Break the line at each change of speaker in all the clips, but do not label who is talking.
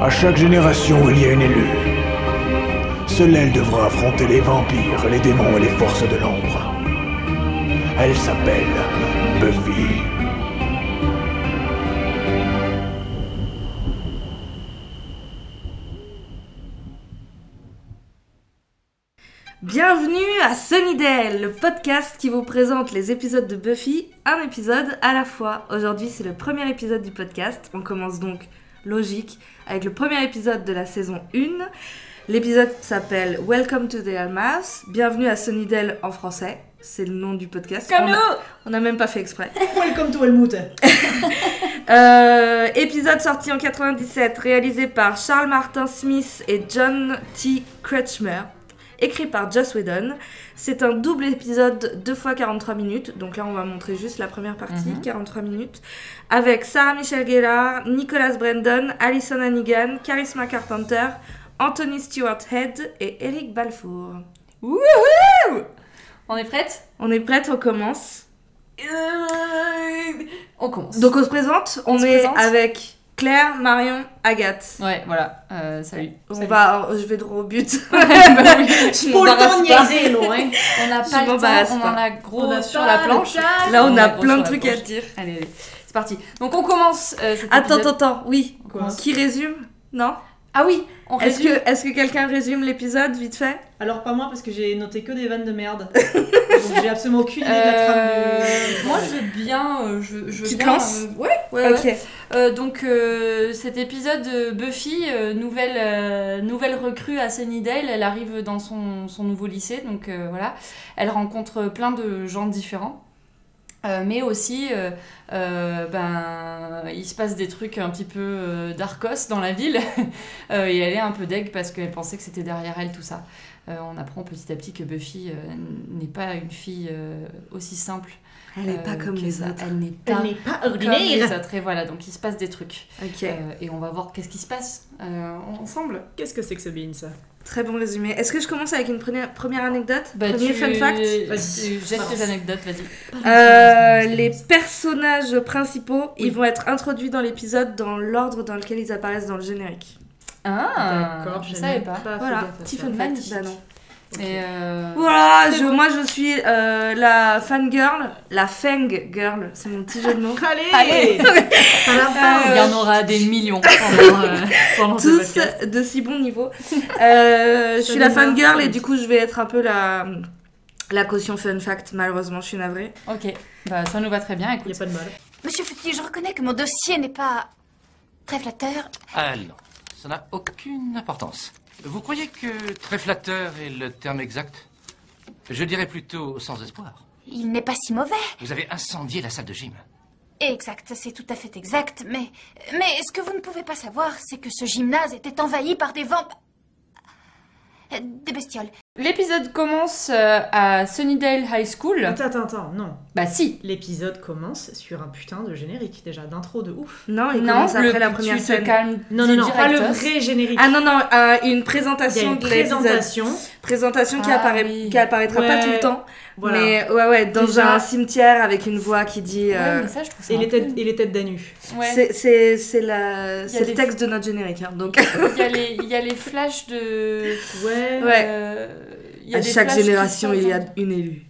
À chaque génération, il y a une élue. Seule elle devra affronter les vampires, les démons et les forces de l'ombre. Elle s'appelle Buffy.
Bienvenue à Sunnydale, le podcast qui vous présente les épisodes de Buffy, un épisode à la fois. Aujourd'hui, c'est le premier épisode du podcast. On commence donc logique avec le premier épisode de la saison 1. L'épisode s'appelle Welcome to the Almas. Bienvenue à Sunnydale en français. C'est le nom du podcast.
Comme
on a-
nous
On n'a même pas fait exprès.
Welcome to Helmut
Eh ben, Euh, épisode sorti en 97, réalisé par Charles Martin Smith et John T. Kretschmer, écrit par Joss Whedon. C'est un double épisode 2 fois 43 minutes, donc là on va montrer juste la première partie,
Mhm.
43 minutes, avec Sarah Michelle Gellar, Nicholas Brandon, Alison Hannigan, Charisma Carpenter, Anthony Stewart Head et Eric Balfour.
On est prête
On est prête, on commence.
Euh, On commence.
Donc on se présente, on,
On se
est
présente.
avec Claire, Marion, Agathe.
Ouais, voilà. Euh, salut.
On
Salut.
va, euh, je vais droit au but.
Bah oui.
Je
Pour le
m'embarrasse
temps de
pas.
niaiser, non, hein.
On a
Je
pas le
m'embarrasse
temps, on
pas.
en a gros
On a
sur
pas
la
le
planche.
temps.
Là, on,
On
a
a gros
plein de
sur la
trucs à
planche.
dire.
Allez, allez. C'est parti. Donc on commence euh, cet
Attends,
épisode.
attends, attends, oui.
Quoi
Qui résume Non
Ah oui, on
Est-ce
résume.
que, est que quelqu'un résume l'épisode vite fait
Alors pas moi parce que j'ai noté que des vannes de merde. Donc j'ai absolument aucune idée de la trame.
Euh,
du-
moi je veux bien, euh, je, je veux
Tu te Ah,
bien,
lances
euh, ouais, ouais, ouais.
Ok.
Euh, donc euh, cet épisode euh, Buffy, euh, nouvelle, euh, nouvelle recrue à Sunnydale, elle arrive dans son, son nouveau lycée, donc euh, voilà, elle rencontre plein de gens différents. Euh, mais aussi, euh, euh, ben, il se passe des trucs un petit peu euh, darkos dans la ville. Euh, et elle est un peu deg parce qu'elle pensait que c'était derrière elle tout ça. Euh, on apprend petit à petit que Buffy euh, n'est pas une fille euh, aussi simple.
Elle n'est pas
euh,
comme
que
les
ça.
autres.
Elle n'est pas
Elle n'est pas
comme les
ordinaire.
autres. Et voilà, donc il se passe des trucs.
Ok.
Euh, et on va voir qu'est-ce qui se passe euh, ensemble.
Qu'est-ce que c'est que ce bean ça
Très bon résumé. Est-ce que je commence avec une première, première anecdote Premier
Bah, tu-
fun fact
tu jettes tes anecdotes, vas-y.
Euh, les personnages principaux, ils vont être introduits dans l'épisode dans l'ordre dans lequel ils apparaissent dans le générique.
Ah, je
n'ai
savais pas.
fait
Voilà,
gaffe à
petit
ça.
fun fact.
Magnifique.
Bah non.
Ok.
Et euh,
Voilà,
Très
je-
bon.
moi je suis euh, la fangirl, la fang girl, c'est mon petit jeu de mots.
Allez,
Allez. Ah,
Euh,
il y en aura des millions pendant, euh, pendant ce
tous
podcast.
de si bon niveau. Euh, je suis la
Salut,
fangirl et
Marc.
du coup, je vais être un peu la, la caution fun fact. Malheureusement, je suis navrée.
Ok, bah, ça nous va très bien.
Il y
Écoute,
a pas de mal.
Monsieur Futlier, je reconnais que mon dossier n'est pas très flatteur.
Ah non, ça n'a aucune importance. Vous croyez que très flatteur est le terme exact Je dirais plutôt sans espoir.
Il n'est pas si mauvais.
Vous avez incendié la salle de gym.
Exact, c'est tout à fait exact, mais... Mais ce que vous ne pouvez pas savoir, c'est que ce gymnase était envahi par des vents... Des bestioles.
l'épisode commence euh, à Sunnydale High School.
Attends, attends, attends, non.
Bah si.
L'épisode commence sur un putain de générique déjà, d'intro de ouf.
Non, il
Non,
commence après
le-
la première
tu te
scène.
calmes.
Non, non, non, pas le
directos.
vrai générique.
Ah non, non, euh, une
Il y a
présentation
une
de l'épisode.
présentation.
Présentation qui,
Ah
apparaît,
oui.
qui apparaîtra pas
Ouais,
tout le temps.
Voilà.
Mais ouais, ouais, dans
Déjà-
un cimetière avec une voix qui dit.
Ouais,
euh,
mais ça, je trouve ça.
Et
un
les
peu-
têtes, et les têtes d'Anu.
Ouais.
c'est- C'est c'est la- c'est
des-
le texte de notre générique. hein, donc.
Il y a les- il y a les flashs de.
Ouais.
Ouais.
Euh, il y a
À
des
chaque
flashs qui
génération,
sont
il y a
dans-
une élue.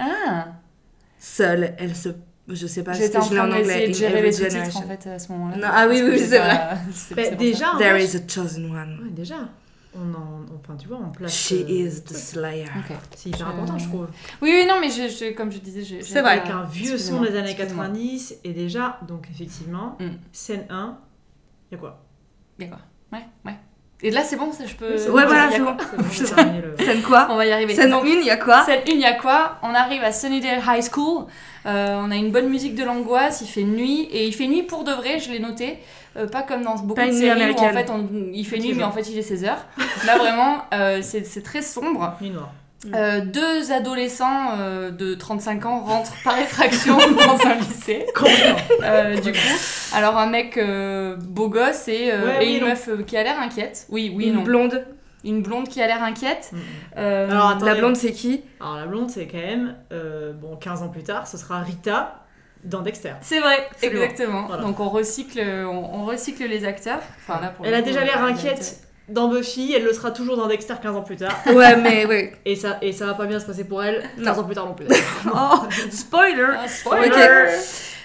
Ah
Seule, elle se. Je sais pas,
J'étais
parce
en
que je l'ai
train
en
de
anglais.
essayer de
Une
gérer les
every
sous-titres en
generation. Ah,
fait à ce moment-là.
Non, ah oui,
Parce
oui,
que
oui,
j'ai
c'est
pas-
Bah,
c'est pour ça.
déjà, en
There
fait-
is a chosen one.
Ouais, déjà. On en. on- Enfin, tu vois, on place.
She
euh,
is the Slayer.
Ok.
C'est hyper
Je-
important, je trouve.
Oui, oui, non, mais je, je- comme je disais, j'ai.
C'est
j'ai
vrai.
pas-
Avec un vieux son
excusez-moi,
des années
excusez-moi.
90, et déjà, donc effectivement,
Mm.
scène 1, il y a quoi
D'accord. Ouais, ouais. Et là, c'est bon, ça, je
Oui,
peux.
c'est
bon, Ouais, voilà,
il y a
c'est
quoi
C'est bon, j'ai terminé le-
Scène quoi
On va y arriver.
Scène
Donc,
1, il y a quoi
Scène une, il y a quoi On arrive à Sunnydale High School. Euh, on a une bonne musique de l'angoisse. Il fait nuit et il fait nuit pour de vrai. Je l'ai noté. Euh, pas comme dans beaucoup
Pas
de
une nuit
séries où en
américaine.
fait on- il fait nuit,
Ok,
mais en fait il est 16 heures. Là vraiment, euh, c'est c'est très sombre.
Nuit noire.
Mm.
Euh, deux adolescents euh, de 35 ans rentrent par effraction dans un lycée.
Complètement.
Euh, du coup, alors un mec euh, beau gosse et, euh,
Ouais,
et
oui,
une
non.
meuf euh, qui a l'air inquiète. Oui, oui, non.
Une blonde.
Une blonde qui a l'air inquiète.
Mm.
Euh,
Alors, attendez.
La blonde, c'est qui
Alors, la blonde, c'est quand même, euh, bon, 15 ans plus tard, ce sera Rita, dans Dexter.
C'est vrai,
Absolument.
exactement.
Voilà.
Donc on recycle, on, on recycle les acteurs. Enfin, là, pour
Elle
le
a
coup, euh,
déjà l'air
on-
inquiète dans Buffy, elle le sera toujours dans Dexter 15 ans plus tard.
Ouais, mais ouais.
Et ça, et ça va pas bien se passer pour elle 15
Non.
ans plus tard non plus.
Oh, spoiler
Ah, spoiler.
Ok.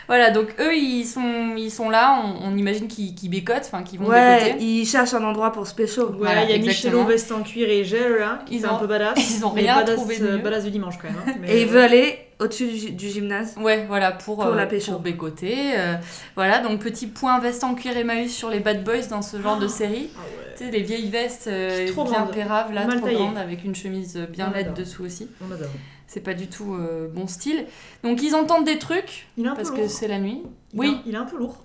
Voilà, donc eux ils sont, ils sont là, on, on imagine qu'ils qu'ils bécotent, enfin qu'ils vont
Ouais,
bécoter.
ils cherchent un endroit pour se pécho.
Voilà,
Voilà,
il y a
exactement.
Michel veste en cuir et gel là, qui
Ils
fait
ont-
un peu badass.
ils ont
mais
rien
badass,
trouvé de
euh,
mieux.
badass du dimanche quand même. hein. Mais-
Et il veut aller au-dessus du, du gymnase.
Ouais, voilà, pour,
Pour
euh,
la pécho.
pour bécoter. euh, voilà, donc petit point veste en cuir Emmaüs sur les bad boys dans ce genre de série.
Ah ouais,
Tu sais, les vieilles vestes
Qui
euh,
sont trop
bien
grandes,
pérables, là,
mal
trop
taillées.
grandes, avec une chemise euh, bien
On
laide
adore.
dessous aussi.
on adore.
C'est pas du tout euh, bon style. Donc ils entendent des trucs,
Il est un peu
parce
lourd.
que c'est la nuit.
Il
oui.
est un- il est un peu lourd.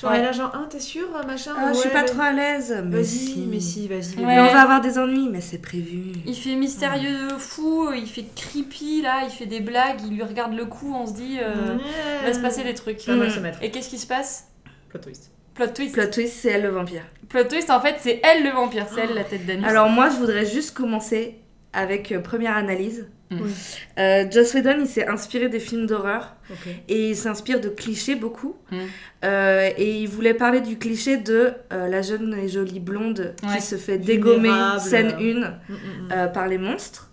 Genre,
Ouais.
elle a genre, ah, t'es sûr, machin
Ah, je suis
ouais,
pas
vas-y.
trop à l'aise. Mais
Vas-y, mais si, vas-y.
Ouais.
Mais on va avoir des ennuis, mais c'est prévu.
Il fait mystérieux fou, il fait creepy là, il fait des blagues, il lui regarde le cou, on se dit euh, va se passer des trucs.
Ça va se mettre.
Et qu'est-ce qui se passe
Plot twist.
Plot twist. Plot...
Plot twist, c'est elle le vampire.
twist en fait c'est elle le vampire, c'est elle la tête d'anus.
Alors moi, je voudrais juste commencer avec euh, première analyse.
Mm.
Oui.
Euh, Joss Whedon, il s'est inspiré des films d'horreur
Ok.
et il s'inspire de clichés beaucoup.
Mm.
Euh, et il voulait parler du cliché de euh, la jeune et jolie blonde
Ouais.
qui se fait
Vulnérable.
dégommer, scène 1,
Mm, mm, mm.
euh, par les monstres.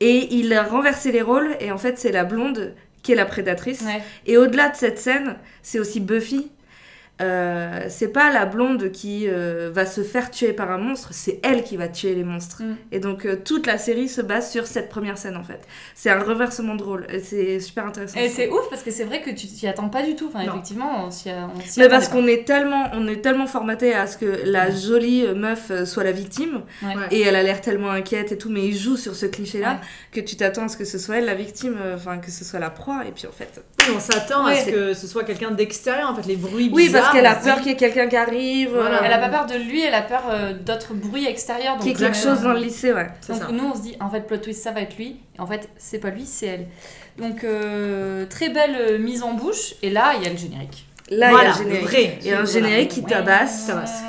Et il a renversé les rôles, et en fait, c'est la blonde qui est la prédatrice.
Ouais.
Et au-delà de cette scène, c'est aussi Buffy. Euh, c'est pas la blonde qui euh, va se faire tuer par un monstre, c'est elle qui va tuer les monstres.
Mm.
Et donc euh, toute la série se base sur cette première scène en fait. C'est un reversement de rôle, et c'est super intéressant.
Et c'est ouf parce que c'est vrai que tu t'y attends pas du tout. Enfin
Non.
effectivement on s'y a- on s'y
Mais Bah, parce
attendait
qu'on est tellement, on est tellement formaté à ce que la jolie meuf euh, soit la victime,
Ouais.
et elle a l'air tellement inquiète et tout, mais il joue sur ce cliché-là que
Ouais.
tu t'attends à ce que ce soit elle la victime, euh, enfin que ce soit la proie, et puis en fait.
Oui, on s'attend à
Ouais.
ce que ce soit quelqu'un d'extérieur, en fait, les bruits
Oui,
bizarres.
parce qu'elle a
on se
peur
dit-
qu'il y ait quelqu'un qui arrive, euh,
Voilà.
pas. Elle a pas peur de lui, elle a peur euh, d'autres bruits extérieurs. Donc,
qu'il y ait quelque
euh,
chose dans le lycée, ouais.
C'est
Donc
ça.
nous on se dit en fait plot twist ça va être lui et en fait c'est pas lui c'est elle. Donc euh, très belle euh, mise en bouche et là il y a le générique.
Là,
voilà,
il y a le générique.
vrai.
Et un générique qui tabasse.
Ça passe.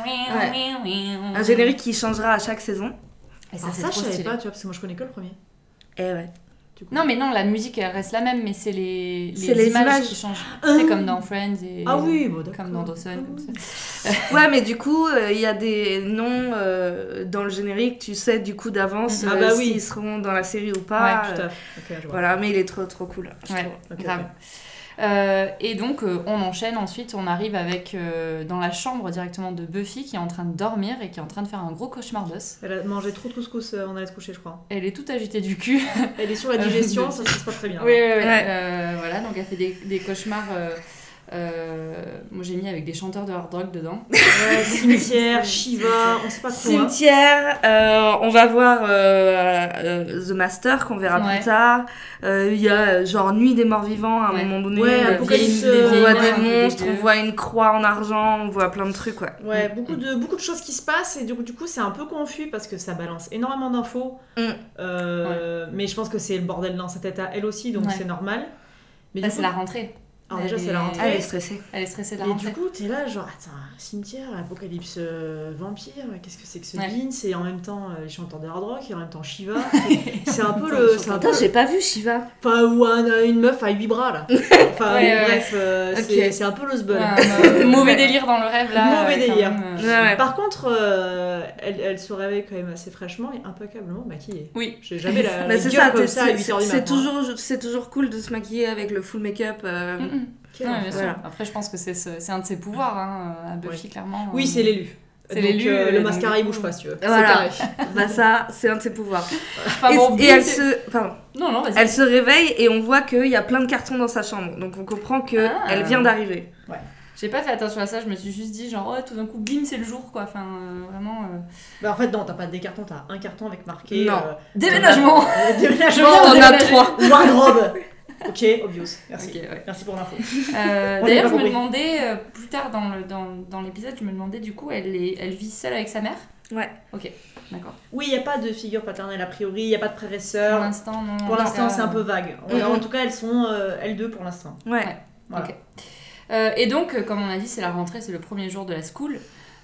Un générique qui changera à chaque saison.
Et
Ah,
c'est
ça, je
trop
savais
stylé.
pas, tu vois, parce que moi, je connais que le premier.
Eh ouais.
Du coup.
Non mais non, la musique elle reste la même, mais c'est les,
C'est les
images,
images.
qui changent.
Ah.
C'est comme dans Friends et
Ah oui, bon, d'accord.
comme dans Dawson. comme ça.
Ouais, mais du coup, euh, il y a des noms euh, dans le générique, tu sais du coup d'avance
Ah
euh,
bah oui.
s'ils seront dans la série ou pas.
Tout
euh,
à fait. Ok, je vois.
voilà, mais il est trop trop cool. je
Ouais,
trouve.
Ok,
grave.
ok.
Euh, et donc euh, on enchaîne ensuite, on arrive avec euh, dans la chambre directement de Buffy qui est en train de dormir et qui est en train de faire un gros cauchemar d'os.
Elle a mangé trop de couscous euh, on allait se coucher, je crois.
Elle est toute agitée du cul.
Elle est sur la
Euh,
digestion,
de-
ça se passe pas très bien.
Oui, oui, oui.
Ouais.
Euh, voilà, donc elle fait des, des cauchemars. euh, euh, moi j'ai mis avec des chanteurs de hard rock dedans.
Ouais, cimetière, Shiva, on sait pas trop. hein.
Cimetière, euh, on va voir euh, euh, The Master qu'on verra
Ouais.
plus tard. Euh, Il y a euh, genre Nuit des morts vivants à un
Ouais.
moment donné.
Ouais,
euh,
Apocalypse,
des vieilles
on
euh,
voit
nains
des
un peu
monstres, on
dégueu.
voit une croix en argent, on voit plein de trucs, ouais.
Ouais,
Mm.
beaucoup de, beaucoup de choses qui se passent et du coup, du coup, c'est un peu confus parce que ça balance énormément d'infos.
Mm.
Euh, Mais je pense que c'est le bordel dans sa tête à elle aussi, donc
Ouais.
c'est normal. Mais
Là
du
c'est
coup,
la rentrée.
alors déjà, c'est la
Elle est-
Ah, Elle est
rentrée.
stressée.
Elle est stressée de la
Et
rentrée.
du coup, t'es là, genre, attends, cimetière, apocalypse euh, vampire, qu'est-ce que c'est que ce
Ouais.
Bean C'est en même temps euh, les chanteurs de hard rock et en même temps Shiva. c'est un peu le. C'est un peu
Attends, j'ai pas vu Shiva.
Enfin, ou un- une meuf à 8 bras là. Enfin,
Ouais, ouais.
bref, euh,
Ok.
c'est- c'est un peu le zbeul.
Ouais, un, euh, mauvais
Ouais.
délire dans le rêve là.
Mauvais
euh, quand
délire.
même,
Ouais,
euh,
ouais.
Par contre, euh, elle, elle se réveille quand même assez fraîchement et impeccablement maquillée.
Oui.
J'ai jamais
Euh,
Mais
la, la
Bah, c'est
gueule
ça,
comme
t'es-
ça à
c'est
8h du matin.
c'est
hein.
toujours, c'est toujours cool de se maquiller avec le full make-up. euh,
Mm, mm.
Quel
Ouais,
enfer.
bien sûr.
Voilà.
Après je pense que c'est ce- c'est un de ses pouvoirs hein, à Buffy clairement. euh.
Oui, c'est l'élu.
C'est
Donc,
l'élu,
euh, le
donc-
mascara il bouge pas si tu veux.
Voilà.
C'est carré.
bah ça, c'est un de ses pouvoirs.
Enfin,
et
bon,
et
but,
elle
c'est-
se, pardon,
Non non vas-y.
elle se réveille et on voit qu'il y a plein de cartons dans sa chambre. Donc on comprend que
Ah.
elle vient d'arriver.
J'ai pas fait attention à ça. Je me suis juste dit genre oh, tout d'un coup bim c'est le jour quoi. Enfin euh, vraiment. euh,
Bah, en fait, non, t'as pas des cartons, t'as un carton avec marqué.
Non.
euh,
Déménagement.
euh,
Bon,
Déménagement,
on en a
déménagé.
trois.
Wardrobe. ok, obvious. Merci.
Ok, ouais.
Merci pour l'info.
Euh,
On l'a
D'ailleurs,
pas
je me
compris.
demandais, euh, plus tard dans l'épisode, dans, dans l'épisode, je me demandais du coup, elle, est, elle vit seule avec sa mère
Ouais.
Ok, d'accord.
Oui, il a pas de figure paternelle a priori, il a pas de frère et
Pour
sœur.
l'instant, non.
Pour l'instant,
Euh,
c'est un peu vague. En-
Mhm.
En tout cas, elles sont euh, elles deux pour l'instant.
Ouais.
Voilà.
Ok. Euh, et donc, euh, comme on a dit, c'est la rentrée, c'est le premier jour de la school.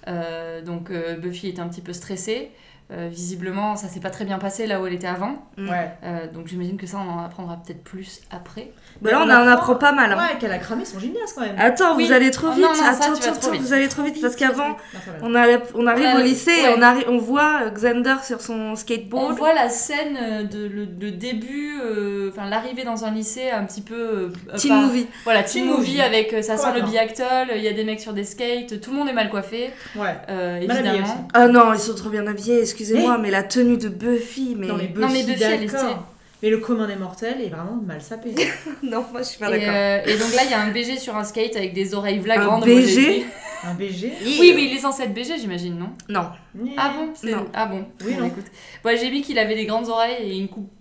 Euh, donc, euh, Buffy est un petit peu stressée. euh, visiblement, ça s'est pas très bien passé là où elle était avant.
Ouais.
Euh, donc j'imagine que ça, on en apprendra peut-être plus après.
Bah là, on, en apprend pas mal. hein.
Ouais, qu'elle a cramé son gymnase quand même.
Attends,
Oui.
vous allez trop
Oh,
vite.
non, non, ça,
attends,
tu vas
attends,
trop vite.
vous allez trop vite parce qu'avant,
Enfin, voilà.
on, a la- on arrive
Ouais,
au lycée et
ouais.
on, arri- on voit euh, Xander sur son
On
skateboard.
voit la scène, euh, de, le, le début, euh, enfin l'arrivée dans un lycée un petit peu... euh,
Teen
par-
movie.
Voilà, teen
Teen
movie
movie.
avec euh, ça sent le
Complètement.
biactol, il y a des mecs sur des skates, tout le monde est mal coiffé,
Ouais.
euh,
Mal habillé
évidemment.
Ah non, ils sont trop bien habillés, excusez-moi, mais la tenue de Buffy, mais.
Non mais Buffy,
Non, mais Buffy, elle est
d'accord.
stylée.
Mais le commun des mortels est vraiment mal sapé.
Non, moi je suis pas
Et,
Ah, d'accord.
euh, et donc là, il y a un BG sur un skate avec des oreilles flagrantes.
Un
moi, j'ai
BG?
dit.
Un BG.
Oui, mais il est censé être BG, j'imagine, non
Non.
Ah bon c'est-
Non.
Ah bon
Oui,
Bon,
non.
écoute. Bon, j'ai mis qu'il avait des grandes oreilles et une coupe.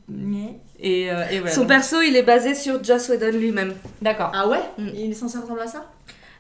Et, euh, et voilà.
Son
Donc-
perso, il est basé sur Joss Whedon lui-même.
D'accord.
Ah ouais
Mm.
Il est censé ressembler à ça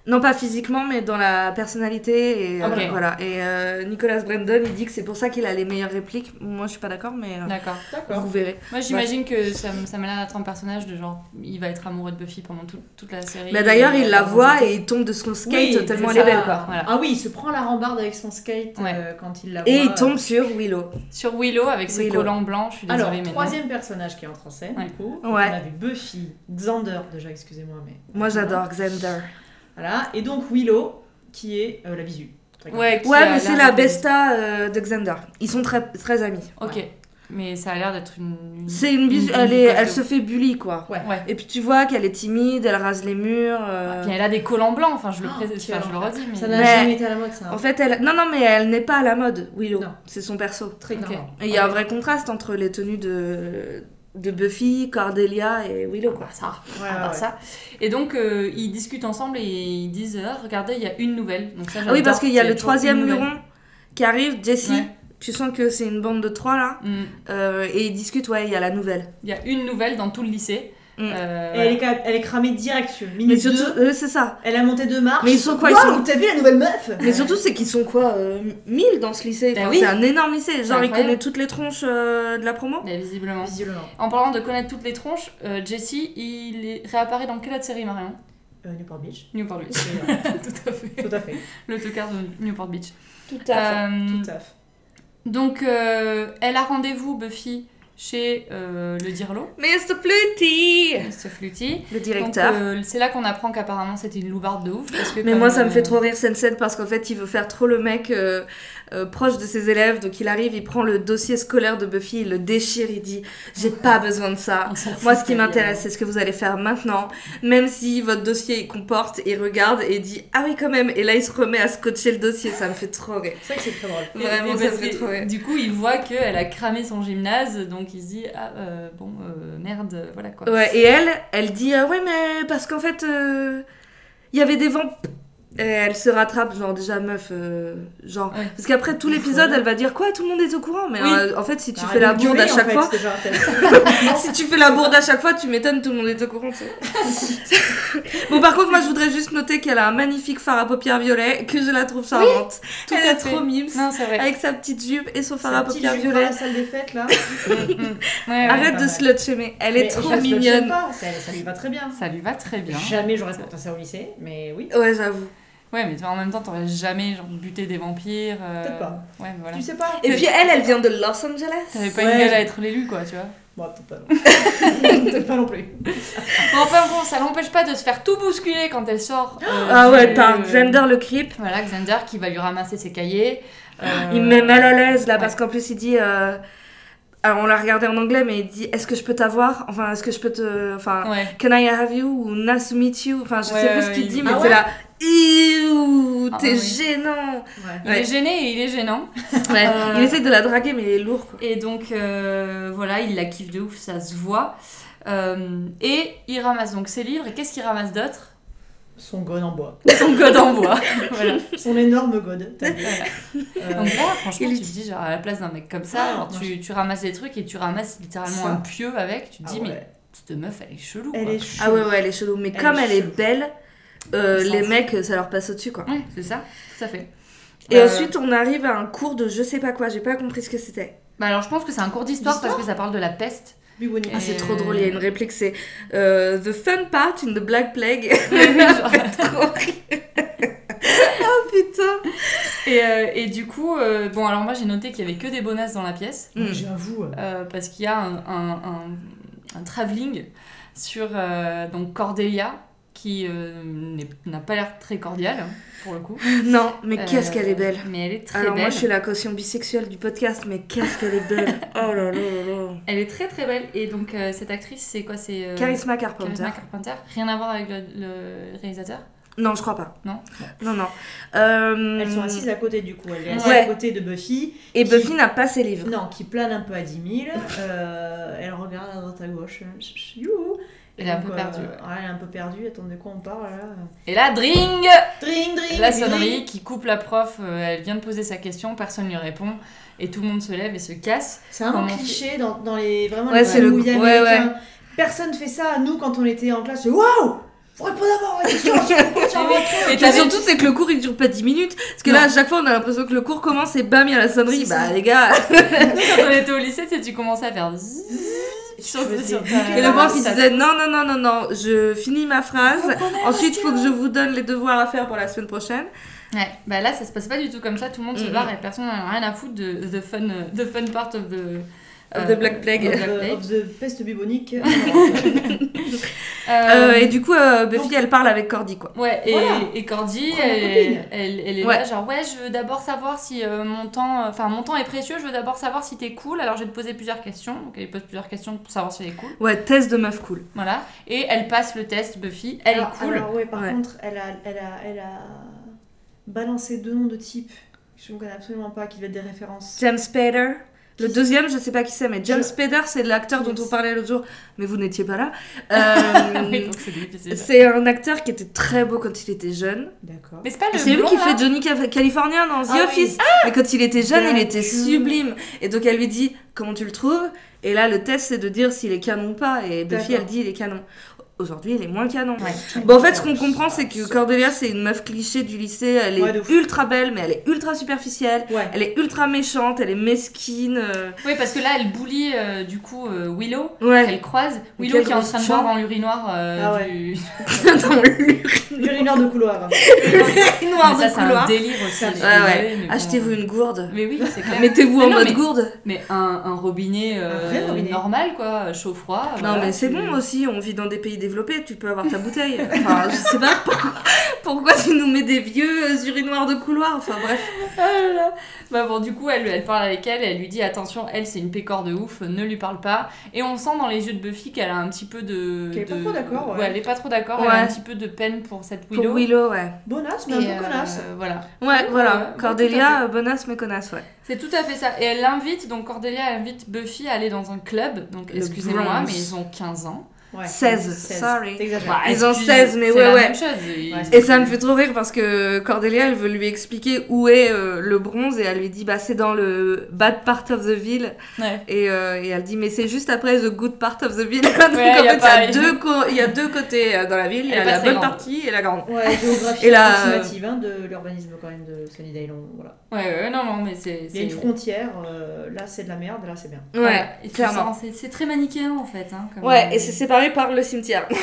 Non, pas physiquement, mais dans la personnalité. Et,
Ah,
euh,
ok.
voilà. et euh, Nicolas Brandon, il dit que c'est pour ça qu'il a les meilleures répliques. Moi, je suis pas d'accord, mais euh,
D'accord.
D'accord.
vous verrez.
Moi, j'imagine que ça, me- ça m'a l'air d'être un personnage de genre, il va être amoureux de Buffy pendant tout- toute la série.
Mais Bah, d'ailleurs,
Et-
il la voit et il tombe de son skate
Oui,
tellement
c'est
elle est
ça.
belle, quoi.
Voilà.
Ah oui, il se prend la rambarde avec son skate
Ouais.
euh, quand il la voit.
Et il tombe sur Willow.
Sur Willow avec ses
Willow.
collants blancs, je suis désolée,
Alors,
mais non.
troisième personnage qui entre en scène,
Ouais.
du coup.
Ouais.
On a vu Buffy, Xander, déjà, excusez-moi, mais.
Moi, j'adore Xander.
Voilà, et donc Willow, qui est euh, la visu. Très bien.
Ouais, qui a
Ouais, mais
l'air
c'est la
d'être-
besta euh, de Xander. Ils sont très, très amis.
Ok. Mais ça a l'air d'être une. une-
C'est une bisu-
une-
elle,
une
est, elle
coteau.
se fait bully, quoi.
Ouais.
Et puis tu vois qu'elle est timide, elle rase les murs. euh,
Puis elle a des collants blancs, enfin je le,
Oh,
pré-
quel
enfin, je le
enfer.
redis, mais.
Ça n'a
Mais-
jamais été à la mode, ça.
En fait, elle. Non, non, mais elle n'est pas à la mode, Willow.
Non.
C'est son perso.
Très
Ok.
clairement.
Et il y a un vrai contraste entre les tenues de, de Buffy, Cordelia et Willow, quoi.
Bah, ça.
Ah,
Ouais,
à part
ouais, ouais.
ça. Et donc, euh, ils discutent ensemble et ils disent Ah, Regardez, il y a une nouvelle. Donc ça,
Ah oui,
j'adore,
parce qu'il y a le
toujours une
troisième
nouvelle.
huron qui arrive, Jessie.
Ouais.
Tu sens que c'est une bande de trois, là.
Mm.
Euh, et ils discutent, ouais, il y a la nouvelle.
Il y a une nouvelle dans tout le lycée.
Mm.
Euh,
Et elle est, quand même- elle est cramée direct, tu vois.
Mais
Minute
surtout,
2,
eux, c'est ça.
elle a monté deux marches.
Mais ils sont quoi, ils
Waouh,
sont-
t'as vu la nouvelle meuf
Mais surtout, c'est qu'ils sont quoi euh, 1000 dans ce lycée
Bah
Enfin,
oui.
C'est un énorme lycée. Genre, ils
incroyable.
connaissent toutes les tronches euh, de la promo
mais visiblement.
Visiblement.
En parlant de connaître toutes les tronches, euh, Jesse, il est- réapparaît dans quelle autre série, Marion
Euh, Newport Beach.
Newport Beach.
Tout
Tout à fait.
à fait.
Le tocard de Newport Beach.
Tout
Euh,
Tout à fait.
donc, euh, elle a rendez-vous, Buffy, chez euh, le Dirlo,
Mr. Flutie
Mr. Flutie.
Le
Donc,
directeur.
euh, c'est là qu'on apprend qu'apparemment c'était une loubarde de ouf. parce que
Mais
comme,
moi, ça me
euh,
fait trop rire Sensen parce qu'en fait, il veut faire trop le mec euh, euh, proche de ses élèves. Donc, il arrive, il prend le dossier scolaire de Buffy, il le déchire, il dit J'ai pas besoin de ça.
on s'en fout
Moi, ce qui
qu'elle y a-
m'intéresse, c'est ce que vous allez faire maintenant. Même si votre dossier, il comporte, il regarde et il dit Ah oui, quand même. Et là, il se remet à scotcher le dossier. Ça me fait trop rire.
C'est vrai que c'est très drôle.
Et-
Vraiment,
et
ça me
parce
fait
que,
trop rire.
Du coup, il voit qu'elle a cramé son gymnase, donc il se dit Ah, euh, bon, euh, merde, euh, voilà quoi.
Ouais, et elle, elle dit euh, Ouais, mais parce qu'en fait, euh, il y avait des vents. Et elle se rattrape, genre déjà meuf, euh, genre.
Ouais.
Parce qu'après tout l'épisode, elle va dire quoi Tout le monde est au courant. Mais
Oui.
euh, en fait, si tu
Arrête
fais la
de gueuler,
bourde à
en
chaque
fait,
fois,
c'est genre, t'as-
si tu fais la bourde à chaque fois, tu m'étonnes, tout le monde est au courant. tu vois. bon, par contre, moi, je voudrais juste noter qu'elle a un magnifique fard à paupières violet, que je la trouve charmante.
tout
elle
à
est
fait.
trop mimes,
Non, c'est vrai.
avec sa petite jupe et son fard
Sa
à
petite
paupières
jupe dans
violet.
la salle des fêtes là.
Ouais, ouais.
Arrête
pas
de
mal.
slut shamer, elle est
Mais je
trop
la slut-shame
mignonne.
pas, Ça, ça lui va très bien.
Ça lui va très bien.
Jamais j'aurais porté ça au lycée, mais oui.
Ouais, j'avoue.
Ouais, mais en même temps, t'aurais jamais genre, buté des vampires. euh,
Peut-être pas.
Ouais, voilà.
Tu sais pas
Et puis elle, elle vient de Los Angeles.
T'avais pas
Ouais.
une gueule à être l'élu, quoi, tu vois.
Bon, peut-être pas. non. peut-être pas non plus.
Bon, enfin bon, ça l'empêche pas de se faire tout bousculer quand elle sort. euh,
Ah ouais,
du-
par Xander le creep.
Voilà, Xander qui va lui ramasser ses cahiers. euh,
Il me met mal à l'aise là
ouais.
parce qu'en plus il dit. euh, Alors on l'a regardé en anglais, mais il dit Est-ce que je peux t'avoir Enfin, est-ce que je peux te. Enfin,
Ouais.
Can I have you Ou Nice to meet you Enfin, je
Ouais,
sais plus ce
ouais,
qu'il
il-
dit, mais
Ah
t'es
ouais
là. Iouh,
Ah,
t'es
oui.
gênant
Ouais.
Il
Ouais.
est gêné et il est gênant. Euh.
Il essaie de la draguer, mais il est lourd quoi.
Et donc, euh, voilà, il la kiffe de ouf, ça se voit. Euh, et il ramasse donc ses livres. Et qu'est-ce qu'il ramasse d'autre
Son god en bois.
Son code en bois. voilà.
Son énorme god. t'as vu.
Voilà.
Euh,
Donc là, franchement,
Il
tu
est-
te dis, genre, à la place d'un mec comme ça, genre, tu, tu ramasses des trucs et tu ramasses littéralement
Ah, Ça.
un pieu avec. Tu te
ah
dis, mais
ouais,
cette meuf, elle est chelou.
Elle
quoi.
est chou.
Ah ouais, ouais, elle est chelou. Mais
Elle
comme
est
elle est
chelou.
belle, euh,
Ils
les
s'en
mecs, ça leur passe au-dessus quoi.
Ouais, c'est ça, tout à fait.
Et
Euh,
ensuite, on arrive à un cours de je sais pas quoi, j'ai pas compris ce que c'était.
Bah alors, je pense que c'est un cours d'histoire parce que ça parle de la peste.
Bubonique.
Ah, c'est
Et-
trop drôle, il y a une réplique, c'est euh, The fun part in the Black Plague.
Genre-
Trop rire. oh putain!
Et, euh, et du coup, euh, bon, alors moi j'ai noté qu'il y avait que des bonasses dans la pièce,
Hmm.
J'avoue. euh,
euh, parce qu'il y a un, un, un- un travelling sur euh, donc Cordelia, qui euh, n'est- n'a pas l'air très cordiale, hein, pour le coup.
Non, mais
Euh,
qu'est-ce qu'elle est belle.
Mais elle est très
Alors
belle.
moi je suis la caution bisexuelle du podcast, mais qu'est-ce qu'elle est belle. Oh là là là là.
Elle est très très belle. Et donc euh, cette actrice, c'est quoi C'est euh,
Charisma Carpenter.
Charisma Carpenter. Rien à voir avec le, le réalisateur.
Non, je crois pas.
Non.
Non, non. Euh,
Elles sont assises à côté du coup. Elle est assise
Ouais.
à côté de Buffy.
Et Buffy n'a pas ses livres.
Non, qui plane un peu à 10 000. euh, elle regarde à droite à gauche. euh, ch- ch- youhou. Et
Elle est un
donc,
peu
euh,
perdue, ouais.
ouais, elle est un peu perdue. Attends, de quoi on parle là
Et là, dring
Dring, dring
La
dring.
sonnerie qui coupe la prof, euh, elle vient de poser sa question, personne ne lui répond, et tout le monde se lève et se casse.
C'est un
Comment
cliché dans, dans les vraiment
Ouais,
les
c'est le-
familles
ouais, ouais.
américaines. Personne fait ça. Nous, quand on était en classe, c'est waouh Faut répondre d'abord à la question
Et
Et
t'avais-
surtout, c'est que le cours il dure pas 10 minutes. Parce que
Non.
là, à chaque fois, on a l'impression que le cours commence et bam, il y a la sonnerie.
C'est
Bah,
ça.
les gars.
quand on était au lycée, tu sais, tu commençais à faire zzzz sur,
Je me
sur
dis,
ta-
Et le prof, il
ta-
disait non, non, non, non, non, je finis ma phrase. Ensuite, il faut que je vous donne les devoirs à faire pour la semaine prochaine.
Ouais, bah là, ça se passe pas du tout comme ça, tout le monde se
Mm,
barre et personne n'a rien à foutre de the fun, euh, the fun part of the. Euh,
Of the Black Plague.
of
of,
the
the-
Black Plague.
of the peste bubonique. Alors,
Euh,
Euh,
et du coup, euh, Buffy,
donc-
elle parle avec Cordy, quoi.
Ouais, et,
Voilà.
et Cordy,
Prends la
elle,
copine.
elle, elle est
Ouais.
là, genre, ouais, je veux d'abord savoir si euh, mon temps, euh, enfin, mon temps est précieux, je veux d'abord savoir si t'es cool, alors je vais te poser plusieurs questions. Donc elle lui pose plusieurs questions pour savoir si elle est cool.
Ouais, test de meuf cool.
Voilà. Et elle passe le test, Buffy, elle est cool.
Alors, ouais, par
Ouais.
contre, elle a, elle, a, elle a balancé deux noms de type je ne connais absolument pas qui va être des références.
James Spader. Le
Qui-
deuxième, je sais pas qui c'est, mais James
Je-
Spader, c'est l'acteur dont
Je-
on parlait l'autre jour, mais vous n'étiez pas là. Euh,
Ah Oui, donc c'est difficile.
c'est un acteur qui était très beau quand il était jeune.
D'accord.
Mais c'est pas le
C'est lui
blond,
qui
là
fait Johnny Ca- Californien dans The
Ah oui.
Office. Mais quand il était jeune, il était
D'accord.
sublime. Et donc elle lui dit comment tu le trouves. Et là, le test, c'est de dire s'il est canon ou pas. Et Buffy,
D'accord.
elle dit il est canon. Aujourd'hui, il est moins canon.
Ouais.
Bon, en fait, ce qu'on comprend, c'est que Cordelia, c'est une meuf cliché du lycée. Elle est
Ouais, de ouf.
ultra belle, mais elle est ultra superficielle.
Ouais.
Elle est ultra méchante, elle est mesquine. euh,
Oui, parce que là, elle bully, euh, du coup, euh, Willow.
Ouais,
Elle croise
Mais
Willow
quelle
qui est en
grosse
train de
chance.
boire dans l'urinoir euh,
Ah ouais.
du...
dans le
Urinaire de couloir.
noir
Mais Ah, ça,
de
c'est un
couloir.
délire aussi.
Ouais,
je suis
ouais.
désolée, mais bon.
Achetez-vous une gourde.
Mais oui, c'est clair.
Mettez-vous
Mais
en
non,
mode
mais-
gourde.
Mais un, un robinet, euh,
Un vrai robinet.
normal, quoi, chaud-froid.
Non,
Ah, voilà.
mais c'est
tu-
bon hein. aussi, on vit dans des pays développés, tu peux avoir ta bouteille. Enfin, je sais pas pourquoi, pourquoi tu nous mets des vieux euh, urinoirs de couloir, enfin bref.
Ah là là. Bah bon, du coup, elle, elle parle avec elle, elle lui dit attention, elle c'est une pécore de ouf, ne lui parle pas. Et on sent dans les yeux de Buffy qu'elle a un petit peu de.
Qu'elle est pas
de-
trop d'accord, ouais.
elle est pas trop d'accord, elle a
Ouais.
un petit peu de peine pour cette Willow.
Pour Willow, ouais.
Bonasse, mais un
Et, euh,
peu connasse.
voilà.
Ouais,
Ouais, ouais,
voilà,
ouais, tout à
Cordelia, euh, bonasse mais connasse, ouais.
C'est tout à fait ça. Et elle l'invite, donc Cordelia invite Buffy à aller dans un club. Donc
Le
excusez-moi,
Bronx.
mais ils ont 15 ans.
Ouais.
16, sorry.
T'exagères.
Bah,
Ils ont
excuse-
16, mais
c'est
ouais,
la
ouais.
Même chose. Ils-
Ouais,
Et ça me fait trop rire parce que Cordelia, elle veut lui expliquer où est euh, le bronze et elle lui dit, bah c'est dans le bad part of the ville.
Ouais.
Et, euh, et elle dit, mais c'est juste après the good part of the ville. Donc
Ouais, y a
en
pas-
fait, il y, a deux co- il y a deux côtés euh, dans la ville, il y
Elle
a
est
la
pas très
bonne
grande.
partie et la grande.
Ouais, géographie
Et là,
approximative hein, de l'urbanisme quand même de Sunnydale. on- Voilà.
Ouais, ouais, non, non, mais c'est.
Il y a une
c'est-
frontière, euh, là c'est de la merde, là c'est bien.
Ouais,
Voilà. Et tu
clairement.
sens, C'est c'est très manichéen en fait. hein, comme-
Ouais, et c'est séparé par le cimetière.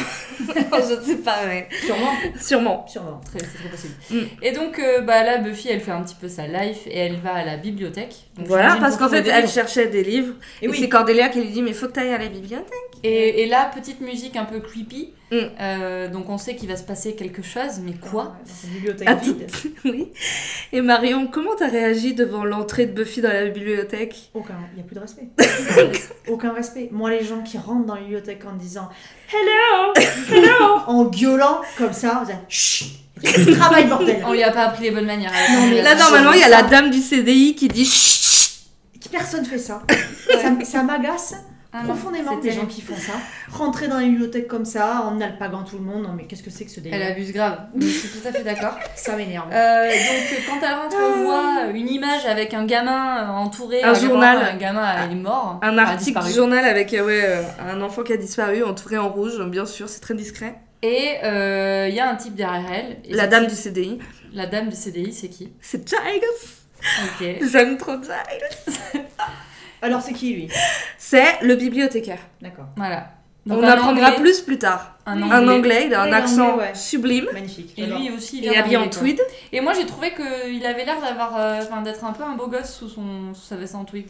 je sais pas, mais
Sûrement,
sûrement.
sûrement.
Très- C'est très possible.
Mm.
Et donc, euh, bah, là, Buffy, elle fait un petit peu sa life et elle va à la bibliothèque. Donc,
voilà,
j'imagine
parce
pour
qu'en fait,
trouver des
elle
livres.
cherchait des livres. Et,
Et oui,
c'est Cordelia qui lui dit Mais faut que t'ailles à la bibliothèque.
Et, et là, petite musique un peu creepy.
Mm.
Euh, donc, on sait qu'il va se passer quelque chose, mais quoi
Dans une
Bah,
bibliothèque
Ah,
vide.
oui. Et Marion, comment t'as réagi devant l'entrée de Buffy dans la bibliothèque
Aucun, il n'y a plus de respect. Aucun respect. Moi, les gens qui rentrent dans les bibliothèques en disant Hello Hello En gueulant comme ça, on dit Chut Travail, bordel
On lui a pas appris les bonnes manières.
Non, mais
Là,
Là,
normalement, il y a
ça.
la dame du CDI qui dit Chut, chut.
Personne fait ça. Ça, m- ça m'agace
Ah non,
profondément
c'est
des gens
terrible.
qui font ça. Rentrer dans les bibliothèques comme ça, en alpaguant tout le monde. Non, mais qu'est-ce que c'est que ce
Elle
délire
abuse grave. Je suis tout à fait d'accord.
Ça m'énerve.
Euh, donc, quand elle rentre, on voit une image avec un gamin euh, entouré.
Un
euh,
journal.
Un gamin, il est mort.
Un
a
article
disparu.
du journal avec euh, ouais, euh, un enfant qui a disparu, entouré en rouge, bien sûr, c'est très discret.
Et euh, il y a un type derrière elle. Et
La
ce
dame du
type-
CDI,
La dame du CDI, c'est qui
c'est Giles.
Ok.
J'aime trop Giles.
Alors, c'est qui lui
C'est le bibliothécaire.
D'accord.
Voilà. Donc
on
un
apprendra
Anglais,
plus plus tard.
Un
Un
anglais.
anglais, il a un
Oui,
accent
l'anglais, ouais.
sublime.
Magnifique.
Et
j'adore.
lui aussi, il
Il
est
est habillé en tweed.
Et moi, j'ai trouvé qu'il avait l'air d'avoir, euh, enfin, d'être un peu un beau gosse sous son, sous sa veste en tweed.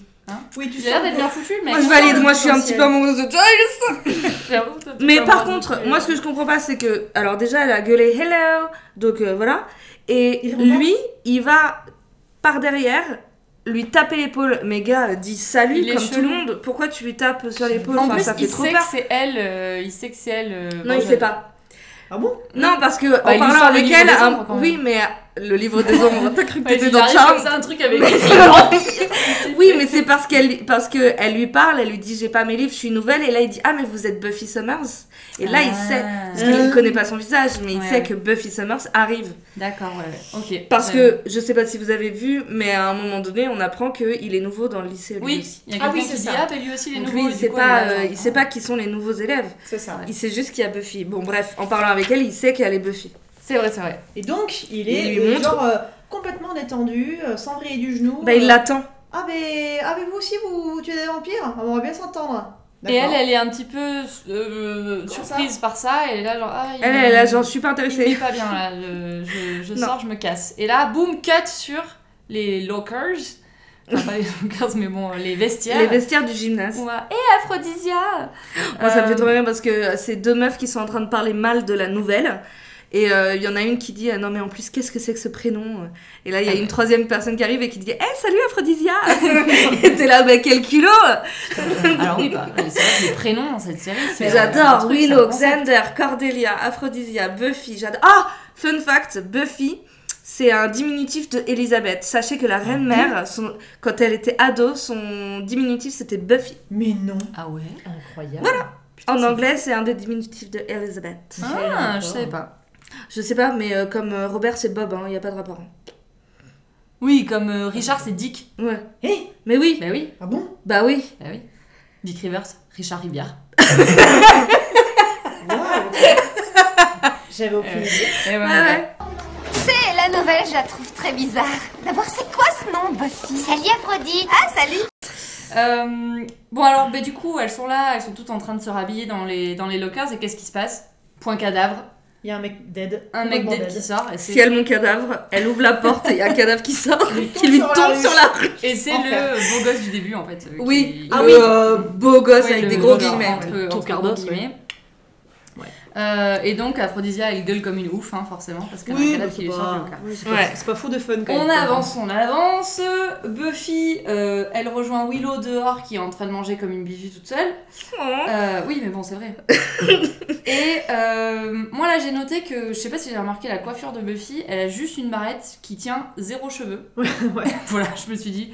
Oui, tu
Il a l'air
sens
d'être
que-
bien foutu, mais.
Moi je valide, moi je suis un petit peu
potentiel.
amoureuse de Joyce.
J'avoue, toi, tu
Mais
peux
par
avoir
contre,
d'autres-
moi ce que je comprends pas, c'est que. Alors déjà, elle a gueulé hello, donc euh, voilà. Et
Il remonte.
lui, il va par derrière lui taper l'épaule. Mais gars, euh, dis salut
Il est
comme tout le
chelou.
monde. Pourquoi tu lui tapes sur l'épaule
euh, En
Enfin,
plus,
ça fait
il
trop
sait que
peur.
c'est elle. euh, il sait que c'est elle. euh,
Non,
bon,
il
je-
sait pas.
Ah bon
Non, parce que
Bah, il
en
lui
parlant
sort le
avec
livre
elle,
des
un-
ombres, quand même.
oui, mais euh, le livre des ombres, t'as cru que
Ouais,
t'étais
il
dans
arrive comme
Charme
ça, un truc avec.
Oui, mais c'est parce qu'elle parce que elle lui parle, elle lui dit j'ai pas mes livres, je suis nouvelle, et là il dit ah mais vous êtes Buffy Summers,
Ah.
et là il sait. Parce qu'il
Euh.
connaît pas son visage, mais il
Ouais,
sait
Ah. ouais.
que Buffy Summers arrive.
D'accord, ouais, ouais. Ok.
Parce
Ouais.
que, je sais pas si vous avez vu, mais à un moment donné, on apprend qu'il est nouveau dans le lycée. lui
Oui,
aussi.
il y a
Ah
quelqu'un
oui,
qui
c'est
dit
ça.
Ah, bah lui aussi, il est
Donc
nouveau.
lui, il
et du
sait,
coup,
pas,
elle
euh,
va-
il sait pas qui sont les nouveaux élèves.
C'est ça.
Il sait juste qu'il y a Buffy. Bon, bref, en parlant avec elle, il sait qu'elle est Buffy.
C'est vrai, c'est vrai.
Et donc, il
Il
est
lui
euh,
montre.
genre euh, complètement détendu, euh, sans vriller du genou.
Bah, il
euh,
l'attend.
Ah, mais, ah, mais vous aussi, vous tuez des vampires Ah, On va bien s'entendre.
Et elle,
D'accord.
elle est un petit peu euh,
Comment
surprise par ça. Elle est là, genre. Ah, il-
Elle, elle, là, genre, je suis pas
Il n'est
intéressée.
pas bien là, le- je, je
Non.
sors, je me casse. Et là, boum, cut sur les lockers. Enfin, pas les lockers, mais bon, les vestiaires.
Les vestiaires du gymnase.
On va, Hé, Aphrodisia
Moi, ça me
Euh,
fait trop rire parce que c'est deux meufs qui sont en train de parler mal de la nouvelle. Et euh, il y en a une qui dit ah non mais en plus qu'est-ce que c'est que ce prénom euh. Et
Ah
là il y a une troisième personne qui arrive et qui dit Eh salut Aphrodisia Et t'es là bah quel culot
Alors oui, bah, c'est vrai que les prénoms dans cette série, c'est. un
J'adore
truc, c'est
Willow,
un concept.
Xander, Cordelia, Aphrodisia, Buffy. J'adore. Ah, fun fact, Buffy, c'est un diminutif de Elisabeth. Sachez
Ah
que la reine mère, son- quand elle était ado, son diminutif c'était Buffy.
Mais non.
Ah ouais
Incroyable.
en anglais, c'est un des diminutifs de Elizabeth.
Ah, je savais pas.
Je sais pas, mais euh, comme euh, Robert, c'est Bob, il n'y a pas de rapport. hein.
Oui, comme euh, Richard, c'est Dick.
Ouais.
Eh
Mais oui,
Bah oui,
Ah bon
bah oui.
bah oui. Dick Rivers, Richard Rivière.
Waouh. J'avais aucune idée.
Et
Ouais, ouais.
C'est la nouvelle, je la trouve très bizarre. D'abord, c'est quoi ce nom, Buffy Salut, Aphrodite. Ah, salut.
Euh, bon alors, bah, du coup, elles sont là, elles sont toutes en train de se rhabiller dans les, dans les lockers et qu'est-ce qui se passe Point cadavre,
Il y a un mec dead.
un mec
complètement
dead qui sort et
Si
c'est
elle mon cadavre, elle ouvre la porte et il y a un cadavre qui sort, qui
tombe
lui
sur la
tombe
rue.
sur la rue.
et c'est
Enfer.
le beau gosse du début en fait. euh,
Oui,
qui-
ah
le-
oui. beau gosse
ouais,
avec
le-
des gros
le-
guillemets.
entre-
ouais.
entre
Ton cardos,
guillemets.
ouais.
Euh, et donc Aphrodisia elle gueule comme une ouf hein, forcément parce qu'elle a un
Oui, bah,
cadavre qui
c'est
lui sort du
pas...
locker.
oui, c'est
Ouais.
pas- c'est pas fou de fun quand
On
même.
avance, on avance. Buffy, euh, elle rejoint Willow dehors qui est en train de manger comme une bisu toute seule.
Oh.
Euh, oui, mais bon, c'est vrai. et euh, moi, là, j'ai noté que, je sais pas si j'ai remarqué, la coiffure de Buffy, elle a juste une barrette qui tient zéro cheveux.
ouais.
voilà, je me suis dit,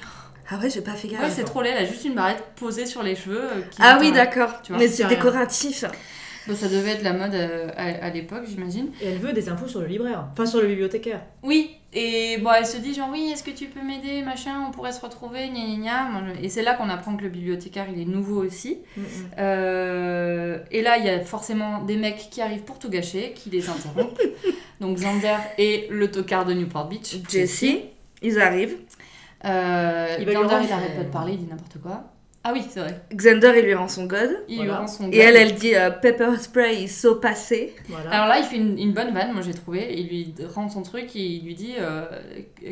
Ah ouais, j'ai pas fait gaffe.
ouais, c'est trop laid, elle a juste une barrette posée sur les cheveux. euh, qui
Ah
tient
oui,
la-
d'accord.
tu vois,
Mais
c'est
c'est
rien.
décoratif.
Bon, ça devait être la mode euh, à, à l'époque, j'imagine.
Et elle veut des infos sur le libraire. Enfin, sur le bibliothécaire.
Oui, et bon, elle se dit, genre, oui, est-ce que tu peux m'aider, machin, on pourrait se retrouver, gna gna gna. Moi, je- Et c'est là qu'on apprend que le bibliothécaire, il est nouveau aussi.
Mm,
Euh, et là, il y a forcément des mecs qui arrivent pour tout gâcher, qui les interrompent. Donc Xander et le tocard de Newport Beach.
Jesse, ils arrivent.
Euh,
Il va lui
Xander,
rendre-
il arrête pas de parler, il dit n'importe quoi. Ah oui, c'est vrai.
Xander, il lui rend son god.
Il
Voilà.
lui rend son
Et
gars.
elle, elle dit euh, Pepper Spray is so passé.
Voilà.
Alors là, il fait une, une bonne vanne, moi j'ai trouvé. Il lui rend son truc et il lui dit euh,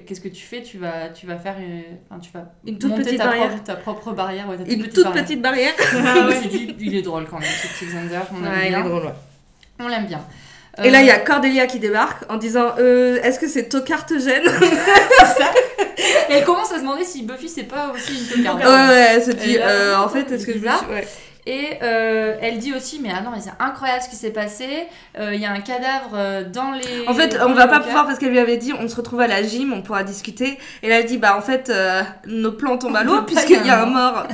Qu'est-ce que tu fais Tu vas, tu vas faire. euh, Enfin, tu vas.
Une toute
monter
petite
ta
barrière.
Propre, ta propre barrière. Ouais, ta
Une toute
barrière.
petite barrière.
Je me suis dit, il est drôle quand même, ce petit Xander. On l'aime
Ouais, il est
bien.
drôle, ouais.
On l'aime bien.
Et
Euh,
là, il y a Cordelia qui débarque en disant euh, Est-ce que c'est Tocard te gêne
Et elle commence à se demander si Buffy c'est pas aussi une tocarde.
Ouais, ouais, elle se dit
Et là,
euh, En fait, est-ce que je me
bizarre.
suis- ouais.
Et euh, elle dit aussi, mais alors, mais c'est incroyable ce qui s'est passé. Euh, Il y a un cadavre euh, dans les.
En fait,
dans
on
les
va pas
lockers.
pouvoir parce qu'elle lui avait dit On se retrouve à la gym, on pourra discuter. Et là, elle dit Bah, en fait, euh, nos plans tombent à l'eau
peut pas,
puisqu'il y a un
carrément.
mort.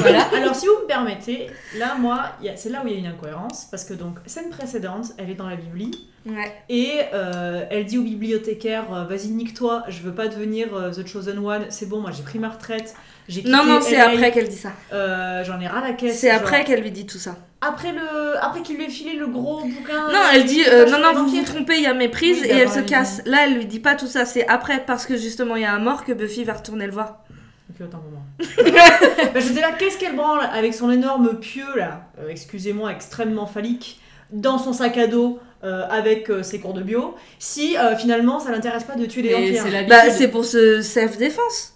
Voilà.
Alors, si vous me permettez, là, moi, il y a- c'est là où il y a une incohérence, parce que donc, scène précédente, elle est dans la bibli,
Ouais.
et euh, elle dit au bibliothécaire, euh, vas-y, nique-toi, je veux pas devenir euh, The Chosen One, c'est bon, moi, j'ai pris ma retraite, j'ai quitté
Non, non, c'est
LA,
après qu'elle dit ça.
euh, J'en ai ras la caisse.
C'est
genre.
après qu'elle lui dit tout ça.
Après, le... après qu'il lui ait filé le gros bouquin...
Non,
euh,
elle dit
qui
euh,
cache
non,
les
non, vous vous
vampires.
trompez, il y a méprise
Oui,
et elle
d'abord,
se
elle
casse. Là, elle lui dit pas tout ça, c'est après parce que justement il y a un mort que Buffy va retourner le voir.
Ok. culotte un moment. Ben, J'étais là, qu'est-ce qu'elle branle avec son énorme pieu là, euh, excusez-moi, extrêmement phallique, dans son sac à dos euh, avec euh, ses cours de bio, si euh, finalement ça l'intéresse pas de tuer des
Et
vampires.
c'est l'habitude.
Bah, c'est pour se self-défense.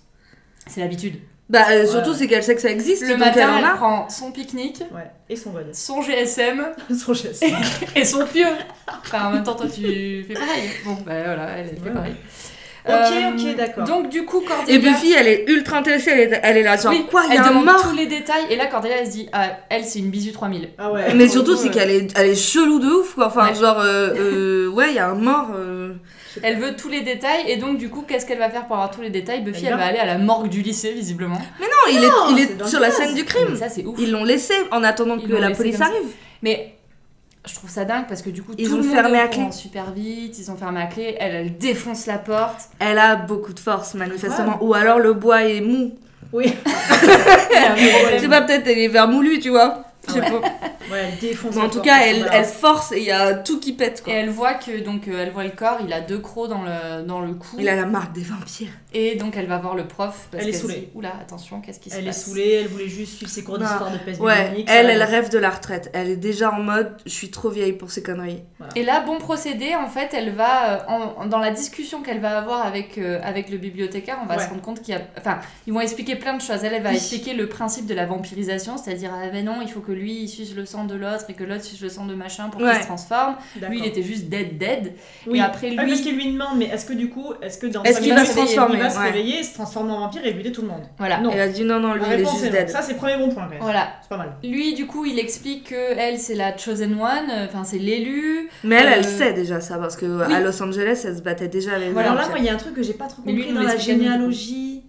C'est l'habitude.
Bah, euh, surtout,
Ouais.
c'est qu'elle sait que ça existe.
Le
donc elle
matin,
en
elle,
a.
prend son pique-nique,
Ouais, et son voile.
son GSM
son geste.
et son pieu. Enfin, en même temps, toi, tu fais pareil. Bon, bah voilà, elle elle fait
Ouais.
pareil. Euh,
Ok, ok, d'accord.
Donc, du coup, Cordelia.
Et Buffy, elle est ultra intéressée, elle est, elle est là, genre,
Oui,
quoi, il y
elle
a un
demande
mort
tous les détails. Et là, Cordelia, elle se dit ah, elle, c'est une bisu 3000.
Ah ouais.
Mais surtout, c'est
Ouais.
qu'elle est, elle est chelou de ouf, quoi. Enfin,
Ouais.
genre, euh, euh, ouais, il y a un mort. euh.
Elle veut tous les détails. Et donc, du coup, qu'est-ce qu'elle va faire pour avoir tous les détails Buffy,
Elle
elle va
va-
aller à la morgue du lycée, visiblement.
Non, il est, il
c'est
est,
dans
sur
le
la
gaz.
scène du
Mais
crime.
ça, c'est ouf.
Ils l'ont laissé en attendant
Ils
que
l'ont
la
laissé
police
comme ça.
arrive.
Mais je trouve ça dingue parce que du coup,
Ils
tout
ont
le monde
fermé
est au
à clé.
courant super vite, ils ont fermé à clé, elle, elle défonce la porte.
Elle a beaucoup de force, manifestement. Ou alors le bois est mou.
Oui.
Il y a un
Je
problème.
sais pas, peut-être elle est vers moulu, tu vois. Je sais pas.
Ouais, elle défonce.
Mais
la
en tout
porte,
cas,
elle
elle,
s'en
elle
balance.
force et il y a tout qui pète,
Et
quoi.
elle voit que donc euh, elle voit le corps, il a deux crocs dans le, dans le cou.
Il a la marque des vampires.
Et donc elle va voir le prof parce
Elle est
qu'elle se
saoulée.
dit oula attention qu'est-ce qui se
Elle est
passe.
saoulée, elle voulait juste suivre ses cours
Non.
d'histoire de peste
Bah, Ouais,
bubonique, ça
elle,
va.
elle rêve de la retraite. Elle est déjà en mode, je suis trop vieille pour ces conneries.
Et là bon procédé en fait elle va euh, en- en- dans la discussion qu'elle va avoir avec euh, avec le bibliothécaire on va
Ouais.
se rendre compte qu'il y a enfin ils vont expliquer plein de choses. Elle, elle va
Oui.
expliquer le principe de la vampirisation c'est-à-dire ah ben non il faut que lui il suce le sang de l'autre et que l'autre suce le sang de machin pour
Ouais.
qu'il se transforme. Lui il
D'accord.
était juste dead dead.
Oui.
Et après
Ah, parce
lui
qu'il lui demande, mais est-ce que du coup, est-ce que dans
Est-ce
cinq
qu'il
minutes,
va se transformer,
Il va se
ouais.
réveiller, se transformer en vampire et buter tout le monde.
voilà.
Non.
Elle a dit non, non, lui,
La
il est
réponse
juste
est non.
dead.
Ça, c'est le premier bon point, quand même.
Voilà,
C'est pas mal.
lui du coup il explique que elle c'est la chosen one, euh, enfin c'est l'élu,
Mais elle, elle
Euh,
sait déjà ça, parce que
oui.
à Los Angeles, elle se battait déjà avec
Voilà,
les
Alors là,
vampires.
moi, il y a un truc que j'ai pas trop
Mais lui,
compris
il nous
dans la
l'explique à nous, du coup.
généalogie.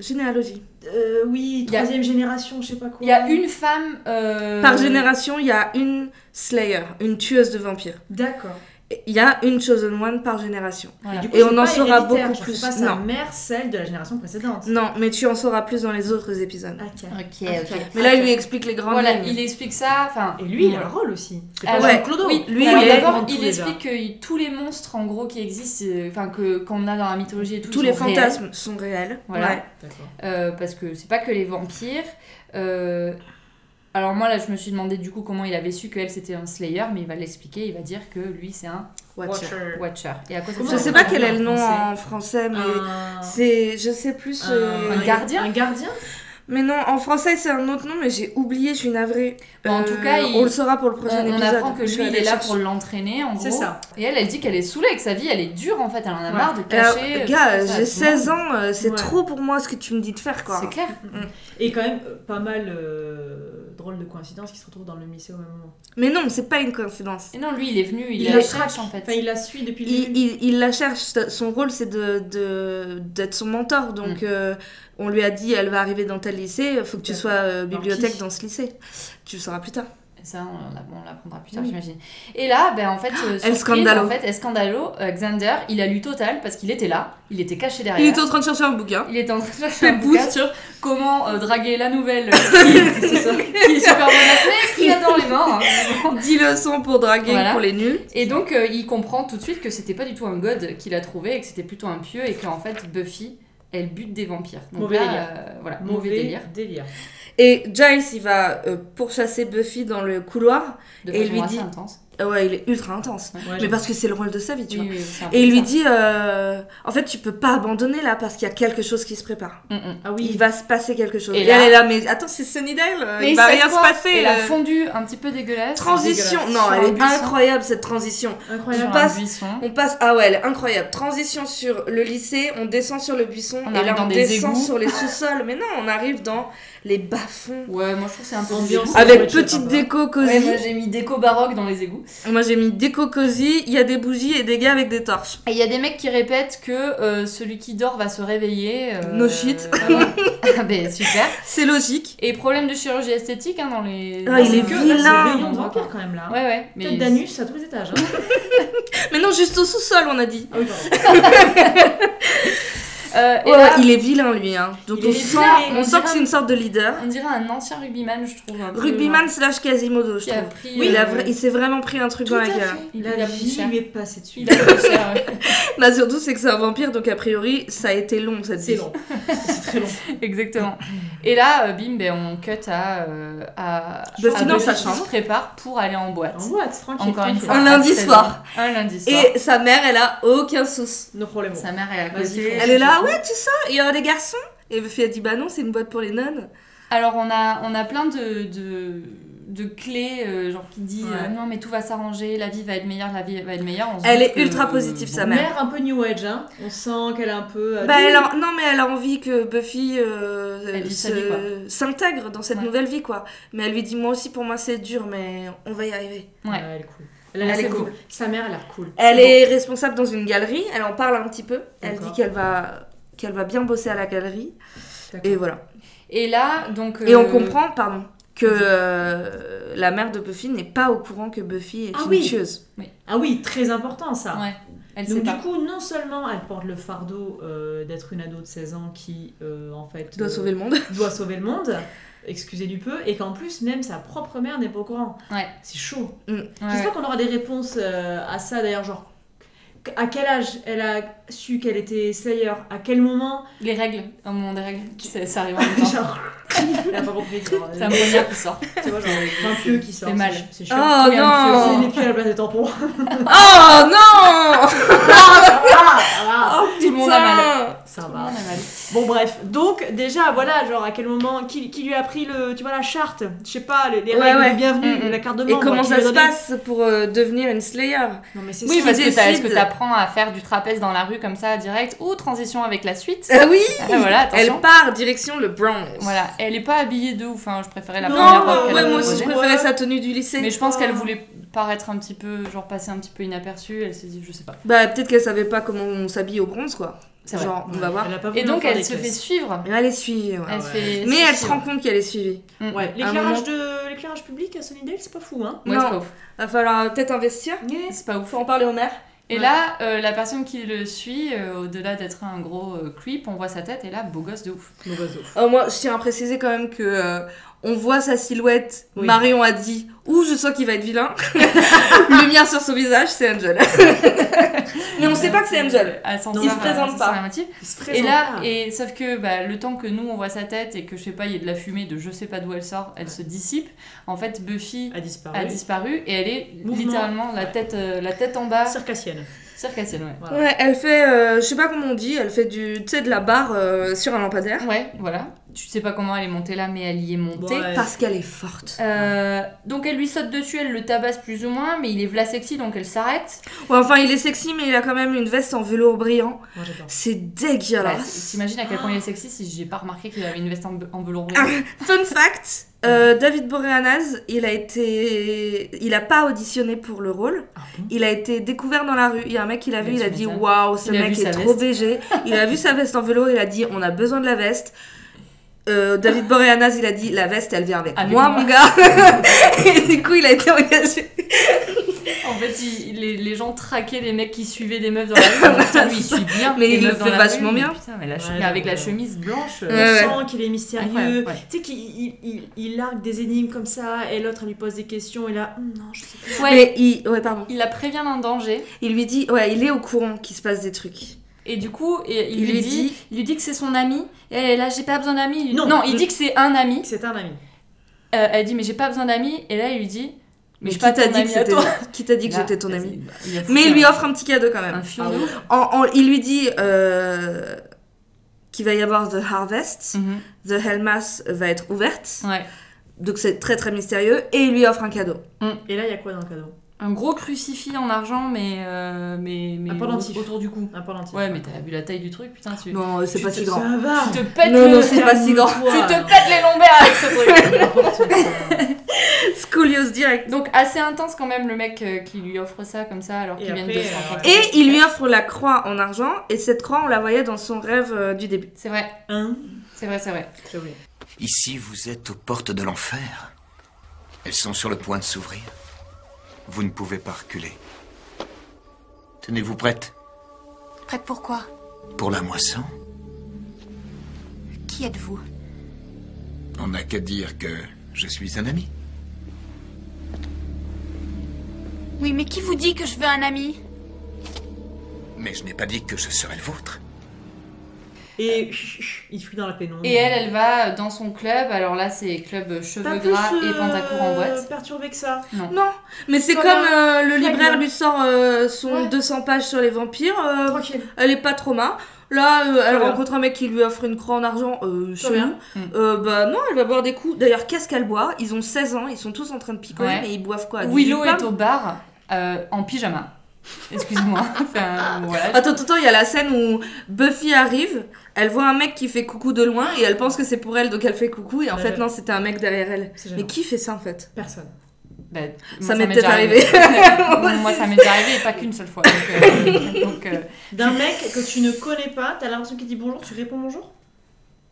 Généalogie.
Euh, oui,
Il y a-
troisième génération, je sais pas quoi.
Il y a une femme. euh,
Par génération, il y a une Slayer, une tueuse de vampires.
D'accord.
Et Il y a une Chosen One par génération.
voilà.
Du coup,
Et
c'est
on en
pas
saura
héréditaire,
beaucoup
genre,
plus.
C'est pas sa
Non. Mm.
mère, celle de la génération précédente.
Non, mais tu en sauras plus dans les autres épisodes.
Ah, Ok.
Mais là, il lui explique les grandes
Voilà,
lignes.
il explique ça. Enfin,
Et lui, il a
voilà.
un rôle aussi. C'est
Ah
pas
ouais.
genre Clodo.
Oui,
Lui,
alors
il est-
d'abord,
tous
il
les
explique que tous les monstres en gros qui existent, euh, enfin que qu'on a dans la mythologie et tout,
Tous
ils
les
sont réels.
fantasmes sont réels.
Voilà.
Ouais.
D'accord.
Euh, parce que c'est pas que les vampires. euh, Alors moi là, je me suis demandé du coup comment il avait su qu'elle c'était un Slayer, mais il va l'expliquer. Il va dire que lui c'est un
Watcher.
Watcher. Et à quoi ça
Comment
Je
sert
sais
on
pas
dit
quel est le
en
nom
français
en français, mais
Un-
c'est. Je sais plus. euh,
un gardien
Un gardien
Mais non, en français, c'est un autre nom, mais j'ai oublié, je suis navrée. Euh,
Bon, en tout cas, il-
on le saura pour le
On,
prochain
on
épisode.
apprend que
Je suis
lui il
allée
est là
chercher.
pour l'entreîner en gros.
C'est ça.
Et elle, elle dit qu'elle est saoulée avec sa vie, elle est dure en fait, elle en a
Ouais.
marre de
Alors,
cacher. euh,
gars,
tout ça,
j'ai
tout ça.
16 ans, euh, c'est
Ouais.
trop pour moi ce que tu me dis de faire, quoi.
C'est clair.
Et quand même, euh, pas mal euh, drôle de coïncidence qui se retrouve dans le lycée au même moment.
Mais non, c'est pas une coïncidence.
Et non, lui, il est venu, il,
Il
la
la
cherche en fait.
Enfin, il la suit depuis le
Il,
début.
il- il la cherche, son rôle c'est de, de- d'être son mentor.
Mm.
Donc euh, on lui a dit elle va arriver dans tel lycée, faut que tu
D'accord.
sois euh,
Dans
bibliothèque
qui
dans ce lycée. Tu le sauras plus tard.
Ça, on l'a- on l'apprendra plus tard,
Oui.
j'imagine. Et là, ben, en fait, euh, surprise,
Escandalo.
En fait, Escandalo, euh, Xander, il a lu total parce qu'il était là, il était caché derrière.
Il était en train de chercher un bouquin.
Il était en train de chercher un
Pépouze.
bouquin sur comment euh, draguer la nouvelle euh, qui, c'est ça, qui est super menace, mais qui adore les morts. hein.
10 leçons pour draguer
Voilà.
pour les nuls.
Et donc, euh, il comprend tout de suite que c'était pas du tout un god qu'il a trouvé et que c'était plutôt un pieu et qu'en fait, Buffy, elle bute des vampires. Donc
Mauvais
là,
délire.
euh, voilà, mauvais délire.
délire.
Et Giles il va euh, pourchasser Buffy dans le couloir.
De
Et
façon
il lui
assez
dit-
intense.
Euh, ouais, il est ultra intense.
Ouais,
Mais
j'avoue.
parce que c'est le rôle de sa vie, tu
Oui,
vois.
oui, c'est un peu
Et il lui
ça.
dit euh, en fait tu peux pas abandonner là parce qu'il y a quelque chose qui se prépare.
Mm, mm.
Ah
Il
oui,
va se passer quelque chose.
Et
Et,
là-
elle est là mais attends c'est Sunnydale, euh, il va
passe
rien se
quoi
passer.
Et la
euh.
fondue un petit peu dégueulasse.
Transition,
dégueulasse.
non,
Sur un
elle est
buisson.
incroyable cette transition.
Sur
incroyable.
on
un
passe-
buisson.
On passe, ah ouais, elle est incroyable. Transition sur le lycée, on descend sur le buisson
On
et
arrive
là
dans
on
des
descend
égouts.
sur les sous-sols. Mais non, on arrive dans les bas-fonds
Ouais, moi je trouve que c'est un peu
Ambiance.
dégueu.
Ah,
avec
ouais, je sais
petite
pas.
déco cosy.
Ouais, moi j'ai mis déco baroque dans les égouts.
Moi j'ai mis déco cosy, il y a des bougies et des gars avec des torches.
Et il y a des mecs qui répètent que euh, celui qui dort va se réveiller. euh,
No shit.
voilà. ah ben super.
C'est logique.
Et problème de chirurgie esthétique hein, dans les.
Ah,
dans
il
les
est
queues,
que
là,
vilain.
c'est
C'est
vraiment
rayon de
endroit,
vampire
quoi.
quand même là.
Ouais, ouais. Mais
Peut-être d'anus à tous les étages. hein.
Mais non, juste au sous-sol on a dit.
Ah oui, pardon.
Euh, et
Ouais,
là,
il est vilain lui, hein. donc
Il
on
est
sent,
vilain,
on
on
sent que
dirait-
c'est une sorte de leader.
on dirait un ancien rugbyman, je trouve. un peu,
Rugbyman slash Quasimodo,
genre,
je
qui a
trouve.
pris.
Il,
euh,
a vra- il s'est vraiment pris un truc
Tout
dans
à
la gueule.
fait.
Il
La
a pris
vie
cher.
lui est passée dessus.
Il a pris cher, ouais.
Bah, surtout, c'est que c'est un vampire, donc a priori, ça a été long cette
C'est
vie.
long. C'est très long.
Exactement. Et là, euh, bim, ben, on cut à, euh, à,
Buffy
à
dans sa
qui
chambre. Ah
se prépare pour aller en boîte.
En boîte, tranquille.
Encore une
tranquille.
fois.
Un lundi
à 16
soir.
heures. Un lundi soir.
Et sa mère, elle a aucun souci.
No problemo.
sa mère est à
Vas-y,
côté.
fonce.
Elle est là, ouais, tu sais, il y aura des garçons. Et Buffy a dit, bah non, c'est une boîte pour les nonnes.
Alors on a, on a plein de, de, de clés, euh, genre qui dit euh,
Ouais.
non mais tout va s'arranger, la vie va être meilleure, la vie va être meilleure. On se
Elle
dit
est
que,
ultra
euh,
positive, sa
bon,
mère.
Mère un peu new age, hein. On sent qu'elle est un peu. euh,
Bah, elle a- non, mais elle a envie que Buffy euh,
Elle vit sa
se-
vie, quoi.
s'intègre dans cette
Ouais.
nouvelle vie, quoi. Mais elle lui dit, moi aussi, pour moi, c'est dur, mais on va y arriver.
Ouais,
Ouais.
elle est cool. Elle, a l'air
Elle est
cool.
cool.
Sa mère, elle a l'air cool.
Elle
C'est
est responsable dans une galerie, elle en parle un petit peu. Elle
D'accord.
dit qu'elle va, qu'elle va bien bosser à la galerie.
bon.
Et voilà.
Et là donc.
Et
euh,
on comprend, pardon, que euh, la mère de Buffy n'est pas au courant que Buffy est
Ah
une
oui.
tueuse.
Ah oui, très important ça.
Ouais. Elle sait
Donc du
pas.
coup, non seulement elle porte le fardeau euh, d'être une ado de 16 ans qui, euh, en fait,
Doit
euh,
sauver le monde.
doit sauver le monde, excusez du peu, et qu'en plus, même sa propre mère n'est pas au courant.
Ouais.
C'est chaud.
Ouais,
J'espère qu'on aura des réponses euh, à ça d'ailleurs, genre qu- à quel âge elle a su qu'elle était Slayer, à quel moment,
Les règles, au moment des règles, ça, ça arrive en même temps.
genre, elle a pas compris, genre,
C'est un poignard qui sort.
tu vois, genre, un pieu qui sort,
C'est mal.
ch- c'est
Oh
chiant.
non.
C'est
non
des pieux à la place des tampons. Ah,
Oh non
ça va, ça va.
Oh.
Tout le monde a mal.
ah. Ça
Tout le monde
va.
a mal.
Bon bref, donc déjà voilà, genre à quel moment, qui, qui lui a pris le, tu vois la charte, je sais pas, les, les
Ouais,
règles
ouais.
de bienvenue,
Mm, mm.
la carte de
Et
membre.
comment
qui
ça
lui a
se
donné.
passe pour euh, devenir une Slayer
Non mais c'est
Oui,
qui
ça.
parce que t'as- est-ce que
décide.
t'apprends à faire du trapèze dans la rue comme ça direct ou transition avec la suite
Ah oui
Ah, Voilà, attention.
Elle part direction le Bronx.
Voilà, elle est pas habillée de ouf, hein, je préférais la
Non,
première
euh,
robe qu'elle
ouais,
a
moi aussi
posée.
je
proposé.
préférais
Ouais.
sa tenue du lycée.
Mais je pense qu'elle voulait paraître un petit peu, genre passer un petit peu inaperçue, elle s'est dit, je sais pas.
Bah peut-être qu'elle savait pas comment on s'habille au bronze quoi.
C'est vrai.
Genre on va voir.
Elle a pas voulu
Et donc
en faire
elle
des
se fait
caisses.
suivre.
Mais elle est suivie. ouais.
Elle se fait
Mais elle se
suivre. Mm.
rend compte qu'elle est suivie.
Ouais,
un
l'éclairage
moment-
de l'éclairage public à Sunnydale, c'est pas fou hein.
Ouais, c'est
Non.
pas ouf.
Va falloir peut-être investir.
C'est pas ouf.
Faut en parler au maire.
Et là, euh, la personne qui le suit, euh, au-delà d'être un gros euh, creep, on voit sa tête et là, beau gosse de ouf.
Oh, moi, je tiens à préciser quand même que euh, on voit sa silhouette.
Oui.
Marion a dit Ouh, je sens qu'il va être vilain. Lumière sur son visage, c'est Angel. Mais on
Euh,
sait pas que c'est Angel.
À cent
Il
heures,
se
à-
présente
à cent
pas.
heures à moitié.
Il se
Et
présente
là,
pas.
et sauf que bah, le temps que nous on voit sa tête et que je sais pas, il y a de la fumée de je sais pas d'où elle sort, elle se dissipe. En fait, Buffy
a disparu.
a disparu et elle est
Mouvement.
littéralement la tête, euh, la tête en bas.
Circassienne.
Circassienne, ouais.
Voilà.
Ouais, elle fait, euh, je sais pas comment on dit, elle fait du, tu sais, de la barre euh, sur un lampadaire.
Ouais, voilà. Tu sais pas comment elle est montée là, mais elle y est montée.
Ouais.
Parce qu'elle est forte.
Euh, donc elle lui saute dessus, elle le tabasse plus ou moins, mais il est vla sexy donc elle s'arrête.
Ouais, enfin, il est sexy, mais il a quand même une veste en velours brillant.
Moi j'adore.
C'est
Bah,
dégueulasse.
T'imagines à quel point il est sexy si j'ai pas remarqué qu'il avait une veste en, be- en velours
Ah.
blanc.
Fun fact euh, David Boreanaz, il a été. Il a pas auditionné pour le rôle.
Ah bon
Il a été découvert dans la rue. Il y a un mec qui l'a vu,
Mais
il a
tu
dit
m'étonnes.
Waouh, ce
Il a
mec
vu
est
sa
trop
veste.
BG. Il a vu sa veste en vélo, il a dit On a besoin de la veste. Euh, David Boreanaz, il a dit La veste, elle vient avec,
Avec
moi,
moi.
mon gars. Et du coup, il a été engagé.
En fait, il- les, les gens traquaient les mecs qui suivaient des meufs dans la rue. Putain, lui, il suit bien.
Mais
les
il le
meufs dans
fait
la rue,
vachement
mais
bien.
Putain, mais, la che-
Ouais,
mais avec la
ouais.
chemise blanche. euh,
On
Ouais,
sent qu'il est mystérieux.
incroyable, ouais.
Tu sais qu'il il, il- il largue des énigmes comme ça, et l'autre elle lui pose des questions, et là, Hum, non, je sais pas.
Ouais,
Mais il. Ouais, pardon.
il la prévient d'un danger.
Il lui dit Ouais, il est au courant qu'il se passe des trucs.
Et du coup, et- il,
Il
lui
lui
dit,
dit-
il lui dit que c'est son ami. Et là, j'ai pas besoin d'amis. Il lui-
Non.
il dit que c'est un ami.
C'est un ami.
Euh, elle dit, mais j'ai pas besoin d'amis. Et là, il lui dit, mais, je suis
qui
pas
t'a
ton
dit que
ami à
c'était-
toi.
qui t'a dit que
Là,
j'étais ton
vas-y,
ami
bah, il a foutu
Mais il lui
un-
offre un petit cadeau quand même.
un fion.
Ah
de
oui.
ouf.
En- en- il lui dit euh, qu'il va y avoir The Harvest,
Mhm.
The Hellmass va être ouverte,
Ouais.
donc c'est très très mystérieux, et il lui offre un cadeau.
Et là, il y a quoi dans le cadeau
Un gros crucifix en argent, mais, euh, mais, mais
Un pendentif.
autour du cou.
Un pendentif.
Ouais, mais t'as vu la taille du truc, putain, tu,
Non, c'est
Tu
pas
te-
si grand.
Ça va.
tu te pètes
Non,
le-
non, c'est pas si grand.
tu
Ah.
te pètes les lombaires avec ce truc.
Scoliose direct.
Donc assez intense quand même le mec euh, qui lui offre ça comme ça alors
Et
qu'il vient de
après,
se
euh,
rencontrer.
Et il lui offre la croix en argent, et cette croix, on la voyait dans son rêve euh, du début.
C'est vrai,
Hein
c'est vrai, c'est vrai.
J'ai oublié.
Ici, vous êtes aux portes de l'enfer. Elles sont sur le point de s'ouvrir. Vous ne pouvez pas reculer. Tenez-vous prête
Prête pour quoi
pour la moisson
Qui êtes-vous
On n'a qu'à dire que je suis un ami.
Oui, mais qui vous dit que je veux un ami
Mais je n'ai pas dit que je serais le vôtre.
Et chut, chut, il fuit dans la pénombre.
Et elle, elle va dans son club. Alors là, c'est club cheveux
Pas
gras
plus,
et pantacourt en
euh,
boîte.
perturbé que ça.
Non, mais c'est comme
Voilà.
euh, le
Flagrant.
libraire lui sort euh, son
Ouais.
200 pages sur les vampires. euh,
Tranquille.
elle est pas trop main. Là, euh, elle
bien.
rencontre un mec qui lui offre une croix en argent. Euh, chelou.
bien.
Mm.
Euh, bah non, elle va boire des coups. D'ailleurs, qu'est-ce qu'elle boit Ils ont 16 ans, ils sont tous en train de picoler,
Ouais.
mais ils boivent quoi euh, du
Willow
lupin
est au bar euh, en pyjama. Excuse-moi. enfin, voilà.
Attends, attends, attends, il y a la scène où Buffy arrive, elle voit un mec qui fait coucou de loin et elle pense que c'est pour elle, donc elle fait coucou et en
Ouais.
fait non, c'était un mec derrière elle.
C'est
Mais
gênant.
qui fait ça en fait
Personne.
Bah, moi,
Ça m'est peut-être
déjà
arrivé. Moi
moi,
aussi.
ça m'est déjà arrivé et pas qu'une seule fois. Donc, euh, donc, euh,
D'un mec que tu ne connais pas, t'as l'impression qu'il dit bonjour, tu réponds bonjour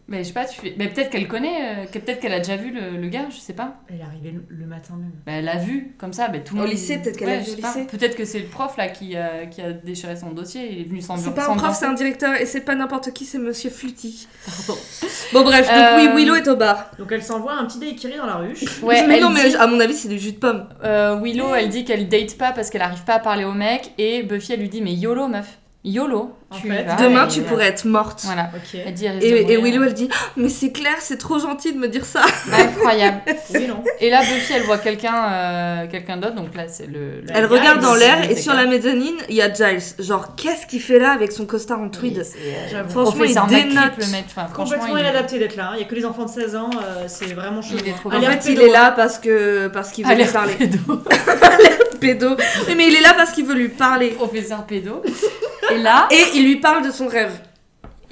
mais je sais pas, tu fais- mais peut-être qu'elle connaît, euh, que peut-être qu'elle a déjà vu le, le gars, je sais pas.
Elle est arrivée le- le matin même.
Bah, elle l'a vu comme ça, bah, tout le
Au
monde.
lycée, peut-être qu'elle
Ouais,
l'a vu
je
au
sais pas.
lycée.
Peut-être que c'est le prof là qui, a- qui a déchiré son dossier. Il est venu sans
C'est
sans
pas un prof,
penser.
c'est un directeur et c'est pas n'importe qui, c'est monsieur Fluty.
Pardon.
Bon bref, donc
Euh,
oui, Willow est au bar.
Donc elle s'envoie un petit daiquiri dans la ruche.
Ouais,
mais
elle
non, mais
dit-
à mon avis, c'est du jus de pomme.
Euh, Willow, elle dit qu'elle date pas parce qu'elle arrive pas à parler au mec. Et Buffy, elle lui dit Mais YOLO, meuf. YOLO.
En
tu
fait,
vas
Demain,
et-
tu pourrais être morte.
Ah Voilà.
Ok.
Elle dit, elle risque
Et,
de
et
mourir.
Willow, elle dit Oh, Mais c'est clair, c'est trop gentil de me dire ça.
Incroyable.
Oui, non.
Et là, Buffy, elle voit quelqu'un euh, quelqu'un d'autre. Donc là, c'est le. le-
Elle
Elle
Ah,
regarde dans
c'est-
l'air et
c'est
sur la mezzanine, il y a Giles. Genre, qu'est-ce qu'il fait là avec son costard en tweed
Oui, c'est, euh,
J'avoue.
Franchement,
professeur
il
McKeep,
dénote.
le mec. Enfin, franchement,
Complètement inadapté d'être là. hein. Il y a que les enfants de 16 ans, euh, c'est vraiment chelou.
Il est trop
hein.
En
bien.
Alerte
fait, il
pédo,
est là
hein.
parce que parce qu'il veut lui
Alerte
parler.
pédo.
Pédo. Oui, mais il est là parce qu'il veut lui parler.
Professeur pédo. Et là,
Et il lui parle de son rêve.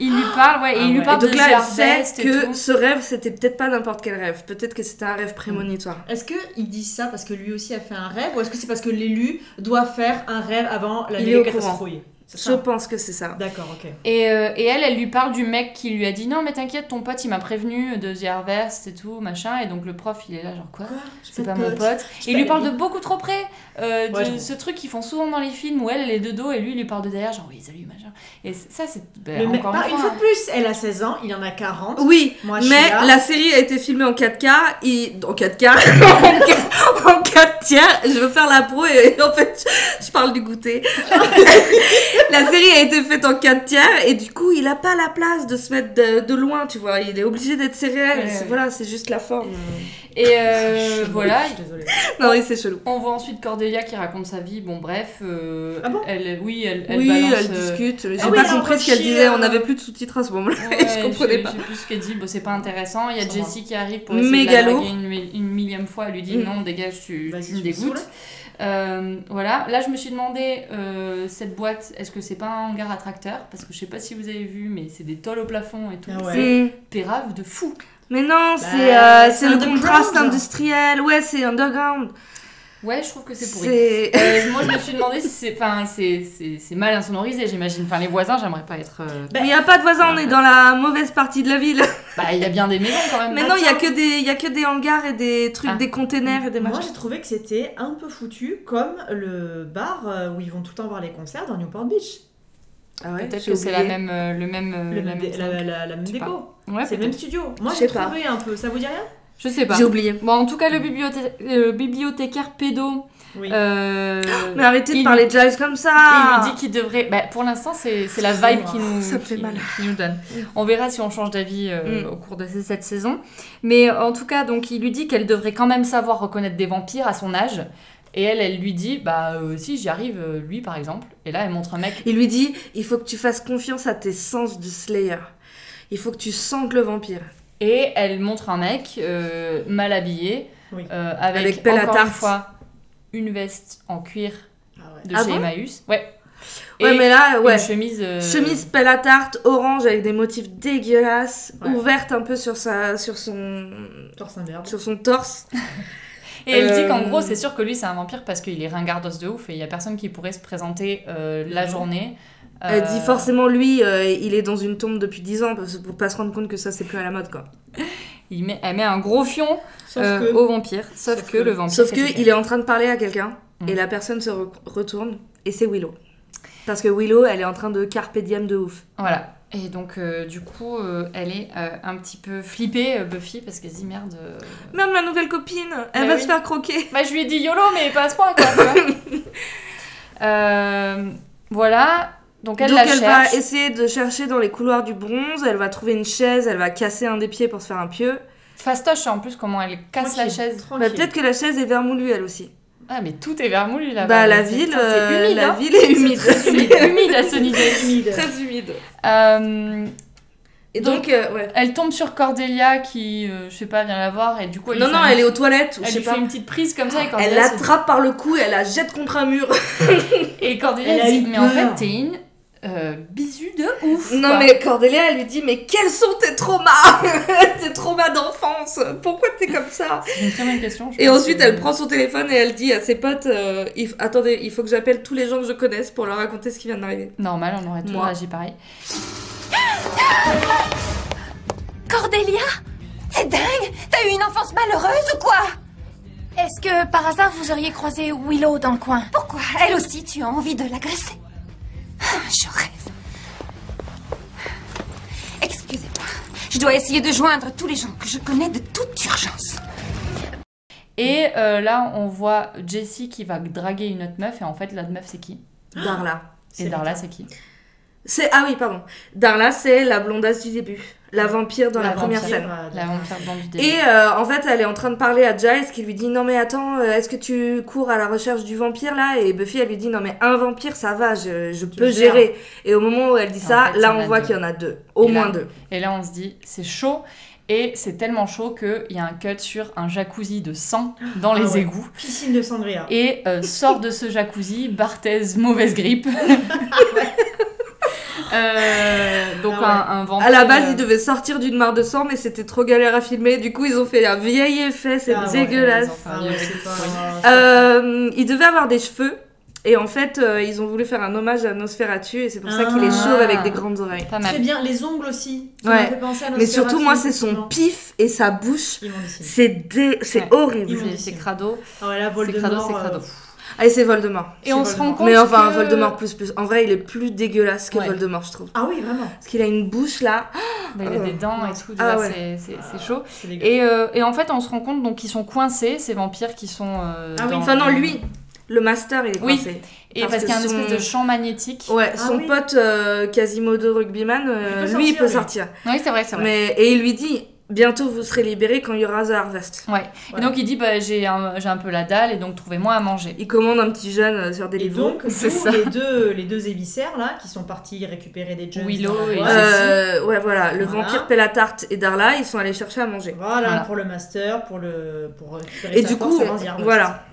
il lui parle, ouais, et
Ah
il lui
ouais.
parle
Et donc
de
là, elle
Gervais
sait
et
que
tout.
ce rêve, c'était peut-être pas n'importe quel rêve. Peut-être que c'était un rêve prémonitoire.
Est-ce qu'il dit ça parce que lui aussi a fait un rêve ou est-ce que c'est parce que l'élu doit faire un rêve avant la
Il est
méga
au courant.
catastrophe C'est
Je
ça
pense que c'est ça.
D'accord, ok.
Et, euh, et elle, elle lui parle du mec qui lui a dit non mais t'inquiète ton pote il m'a prévenu de The Harvest et tout machin et donc le prof il est là genre quoi c'est pas mon pote et il lui parle de beaucoup trop près euh, de
Ouais, je-
ce truc qu'ils font souvent dans les films où elle elle est de dos et lui il lui parle de derrière genre oui salut machin et c- ça c'est bah,
Le mec-
encore
pas une
une fois
fois de plus, elle a 16 ans, il en a 40.
Oui,
Moi, je
mais
suis là.
la série a été filmée en 4K et en 4K en 4 tiers. Je veux faire la pro et en fait je, je parle du goûter. la série a été faite en 4 tiers et du coup il a pas la place de se mettre de, de loin, tu vois. Il est obligé d'être céréal.
Ouais,
C'est-
ouais.
Voilà, c'est juste la forme.
et
C'est
euh,
chelou,
voilà
Euh, Je suis désolée.
Non, oui, c'est chelou.
on voit ensuite Cordelia qui raconte sa vie bon bref euh,
Ah bon
elle oui elle, elle
oui,
balance
elle
euh,
discute. J'ai
ah oui,
pas
elle
compris ce qu'elle
enrichit,
disait. On
euh,
n'avait plus de sous-titres à ce moment-là.
Ouais,
je comprenais
sais-
pas.
Je sais plus ce qu'elle dit, bon, c'est pas intéressant. Il y a
Ça
Jessie qui arrive pour essayer
Mégalo.
de la draguer une, mi- une millième fois. Elle lui dit
Mm.
non, dégage, tu,
Vas-y,
tu
tu
me
me saoules.
dégoûtes. Euh, voilà, là je me suis demandé, euh, cette boîte, est-ce que c'est pas un hangar à tracteur Parce que je sais pas si vous avez vu, mais c'est des tôles au plafond et tout.
Ah ouais.
C'est
Mm.
pérave de fou.
Mais non,
Bah,
c'est euh,
c'est
c'est le
underground.
contraste industriel. Ouais, c'est underground.
Ouais, je trouve que c'est pourri.
C'est
Euh, moi je me suis demandé si c'est enfin, c'est- c'est- c'est mal insonorisé, j'imagine. Enfin, les voisins, j'aimerais pas être. euh,
Bah,
Il n'y a pas de voisins, on est dans la mauvaise partie de la ville.
Bah, il y a bien des maisons quand même.
Mais non, il y a que des, il y a que des hangars et des trucs,
Ah.
des containers et des
Moi
machins.
j'ai trouvé que c'était un peu foutu comme le bar euh, où ils vont tout le temps voir les concerts dans Newport Beach.
Ah ouais,
Peut-être
j'ai
que c'est la
oublié.
même. euh, Le même. euh,
Le
la
même
même-
dé- la, la- la même
Je sais
déco.
Ouais,
C'est le même studio. Moi
Je
j'ai
sais pas.
trouvé un peu. Ça vous dit rien
Je sais pas.
J'ai oublié.
Bon, en tout cas, le bibliothé- euh, bibliothécaire pédo.
Oui.
euh,
Mais arrêtez de
il-
parler de Giles comme
Il
ça.
lui dit qu'il devrait. Bah, pour l'instant, c'est c'est la vibe
Excusez-moi.
qui nous,
Ça me fait
qui-
mal.
qui nous donne. On verra si on change d'avis euh,
Mm.
au cours de ces- cette saison. Mais euh, en tout cas, donc, il lui dit qu'elle devrait quand même savoir reconnaître des vampires à son âge. Et elle, elle lui dit Bah, euh, si, j'y arrive, euh, lui, par exemple. Et là, elle montre un mec.
Il lui dit, il faut que tu fasses confiance à tes sens du Slayer. Il faut que tu sentes le vampire.
Et elle montre un mec euh, mal habillé,
Oui.
euh, avec,
Avec pelle à
encore une
tarte.
fois une veste en cuir
Ah ouais.
de
Ah
chez
bon
Emmaüs. Ouais.
Ouais,
Et-
mais là, ouais.
Une chemise. euh,
Chemise pelle à tarte, orange avec des motifs dégueulasses,
Ouais.
ouverte un peu sur sa, sur son,
Torse imberbe.
sur son torse.
Et elle
Euh,
dit qu'en gros, c'est sûr que lui, c'est un vampire parce qu'il est ringardos de ouf et il y a personne qui pourrait se présenter euh, la journée. Euh,
Elle dit forcément lui, euh, il est dans une tombe depuis 10 ans parce- pour pas se rendre compte que ça c'est plus à la mode quoi.
Il met, elle met un gros fion
Sauf
euh,
que.
au vampire, sauf,
Sauf
que,
que-
le vampire.
Sauf
fait
que
ses
il est en train de parler à quelqu'un
Mm.
et la personne se re- retourne et c'est Willow. Parce que Willow, elle est en train de carpe diem de ouf.
Voilà. Et donc, euh, du coup, euh, elle est euh, un petit peu flippée, euh, Buffy, parce qu'elle se dit merde. euh,
Même ma nouvelle copine, elle
Bah
va
oui.
se faire croquer.
Bah, je lui ai dit YOLO, mais pas à ce point, quoi. tu vois. Euh, voilà. Donc, elle
Donc
la
elle
cherche.
va essayer de chercher dans les couloirs du bronze, elle va trouver une chaise, elle va casser un des pieds pour se faire un pieu.
Fastoche, en plus, comment elle casse la
Tranquille,
chaise.
Bah,
tranquille.
peut-être que la chaise est vermoulue elle aussi.
Ah, mais tout est vermoulu là-bas.
bah la
C'est-
ville,
putain, c'est
euh,
humide,
la
hein.
ville est humide.
C'est humide, humide à Sunnydale.
humide.
Très humide.
Euh,
Et donc, euh, ouais.
elle tombe sur Cordelia qui, euh, je sais pas, vient la voir et du coup elle
Non,
lui
non,
fait un-
elle est aux toilettes, ou
elle
je
lui
sais
fait
pas.
une petite prise comme ça et Cordelia,
Elle
se-
l'attrape par le cou et elle la jette contre un mur.
et Cordelia
Elle
elle
a
dit
eu
mais en fait
peur.
t'es une euh, bisu de ouf.
Non
quoi.
mais Cordelia elle lui dit mais quels sont tes traumas Tes traumas d'enfance Pourquoi t'es comme ça
c'est une très bonne question. je
Et
pense
ensuite
que-
elle prend son téléphone et elle dit à ses potes euh, Il f- attendez il faut que j'appelle tous les gens que je connaisse pour leur raconter ce qui vient d'arriver.
Normal, on aurait tout
Moi.
réagi pareil.
Cordélia C'est dingue T'as eu une enfance malheureuse ou quoi
Est-ce que par hasard vous auriez croisé Willow dans le coin
Pourquoi Elle aussi, tu as envie de l'agresser Ah, Je rêve. Excusez-moi. Je dois essayer de joindre tous les gens que je connais de toute urgence.
Et euh, là on voit Jessie qui va draguer une autre meuf et en fait l'autre meuf c'est qui
Darla.
Et Darla c'est qui
C'est ah oui pardon. Darla c'est la blondasse du début, la vampire dans la,
La
première
vampire.
scène.
La vampire dans du début.
Et euh, en fait, elle est en train de parler à Giles qui lui dit non mais attends, euh, est-ce que tu cours à la recherche du vampire là Et Buffy elle lui dit non mais un vampire ça va, je, je peux
le gères.
gérer. Et au moment où elle dit
Et en
ça,
fait, il y
là
en
on
a
voit
deux.
qu'il y en a deux, au
Et là-
moins deux.
Et là, on se dit, c'est chaud. Et c'est tellement chaud qu'il y a un cut sur un jacuzzi de sang dans
Ah
les
ouais.
égouts.
Piscine de sangria.
Et euh, sort de ce jacuzzi Barthez, mauvaise grippe. Euh, donc,
Ah ouais.
un, un vampire.
À la base,
euh,
ils devaient sortir d'une mare de sang, mais c'était trop galère à filmer. Du coup, ils ont fait un vieil effet, c'est
Ah, bon,
dégueulasse.
les enfants,
Ah
il y
ouais,
avait-
c'est pas-
oui.
Euh, il devait avoir des cheveux. Et en fait, euh, ils ont voulu faire un hommage à Nosferatu, et c'est pour ça qu'il est
Ah.
chauve avec des grandes oreilles.
Pas
Très
mal.
bien, les ongles aussi. Ça
Ouais.
m'a fait penser à
Ah,
Mais surtout, moi, c'est
Nosferatu,
son
effectivement.
pif et sa bouche.
Ils m'ont dit si.
C'est dé- c'est
Ouais.
horrible.
C'est- C'est crado.
Ah ouais, là,
C'est crado,
Voldemort.
c'est
euh,
crado.
Ah, et c'est Voldemort.
Et on
c'est
se rend
Voldemort.
compte.
Mais enfin,
que-
Voldemort plus plus. En vrai, il est plus dégueulasse que
Ouais.
Voldemort, je trouve.
Ah oui, vraiment.
Parce qu'il a une bouche là.
Bah, il a des dents et tout. tu
Ah
vois,
ouais.
c'est- C'est c'est chaud.
C'est dégueu.
Et, euh, et en fait, on se rend compte donc ils sont coincés, ces vampires qui sont. euh,
Ah oui,
dans-
Enfin, non, lui, le master, il est
Oui.
coincé.
Et
parce
parce
que
qu'il y a un
son-
espèce de champ magnétique.
Ouais,
Ah
son
oui.
pote euh, Quasimodo Rugbyman, euh,
Il peut
lui, il
sortir,
peut
lui.
sortir.
Oui, c'est vrai, c'est vrai.
Mais, et il lui dit bientôt vous serez libéré quand il y aura The Harvest.
Ouais. Et donc il dit bah, j'ai un, j'ai un peu la dalle et donc trouvez-moi à manger.
Il commande un petit jeune euh, sur
Et
Deliveroo.
donc, d'où
C'est ça.
les deux, les deux émissaires là, qui sont partis récupérer des jeunes.
Willow
dans la
et
boîte.
Jesse.
Euh, ouais, voilà, le
Voilà.
vampire Pelatarte et Darla, ils sont allés chercher à manger.
Voilà,
Voilà.
pour le master, pour le pour récupérer
Et
sa
du
force
coup,
avant d'y remettre.
voilà,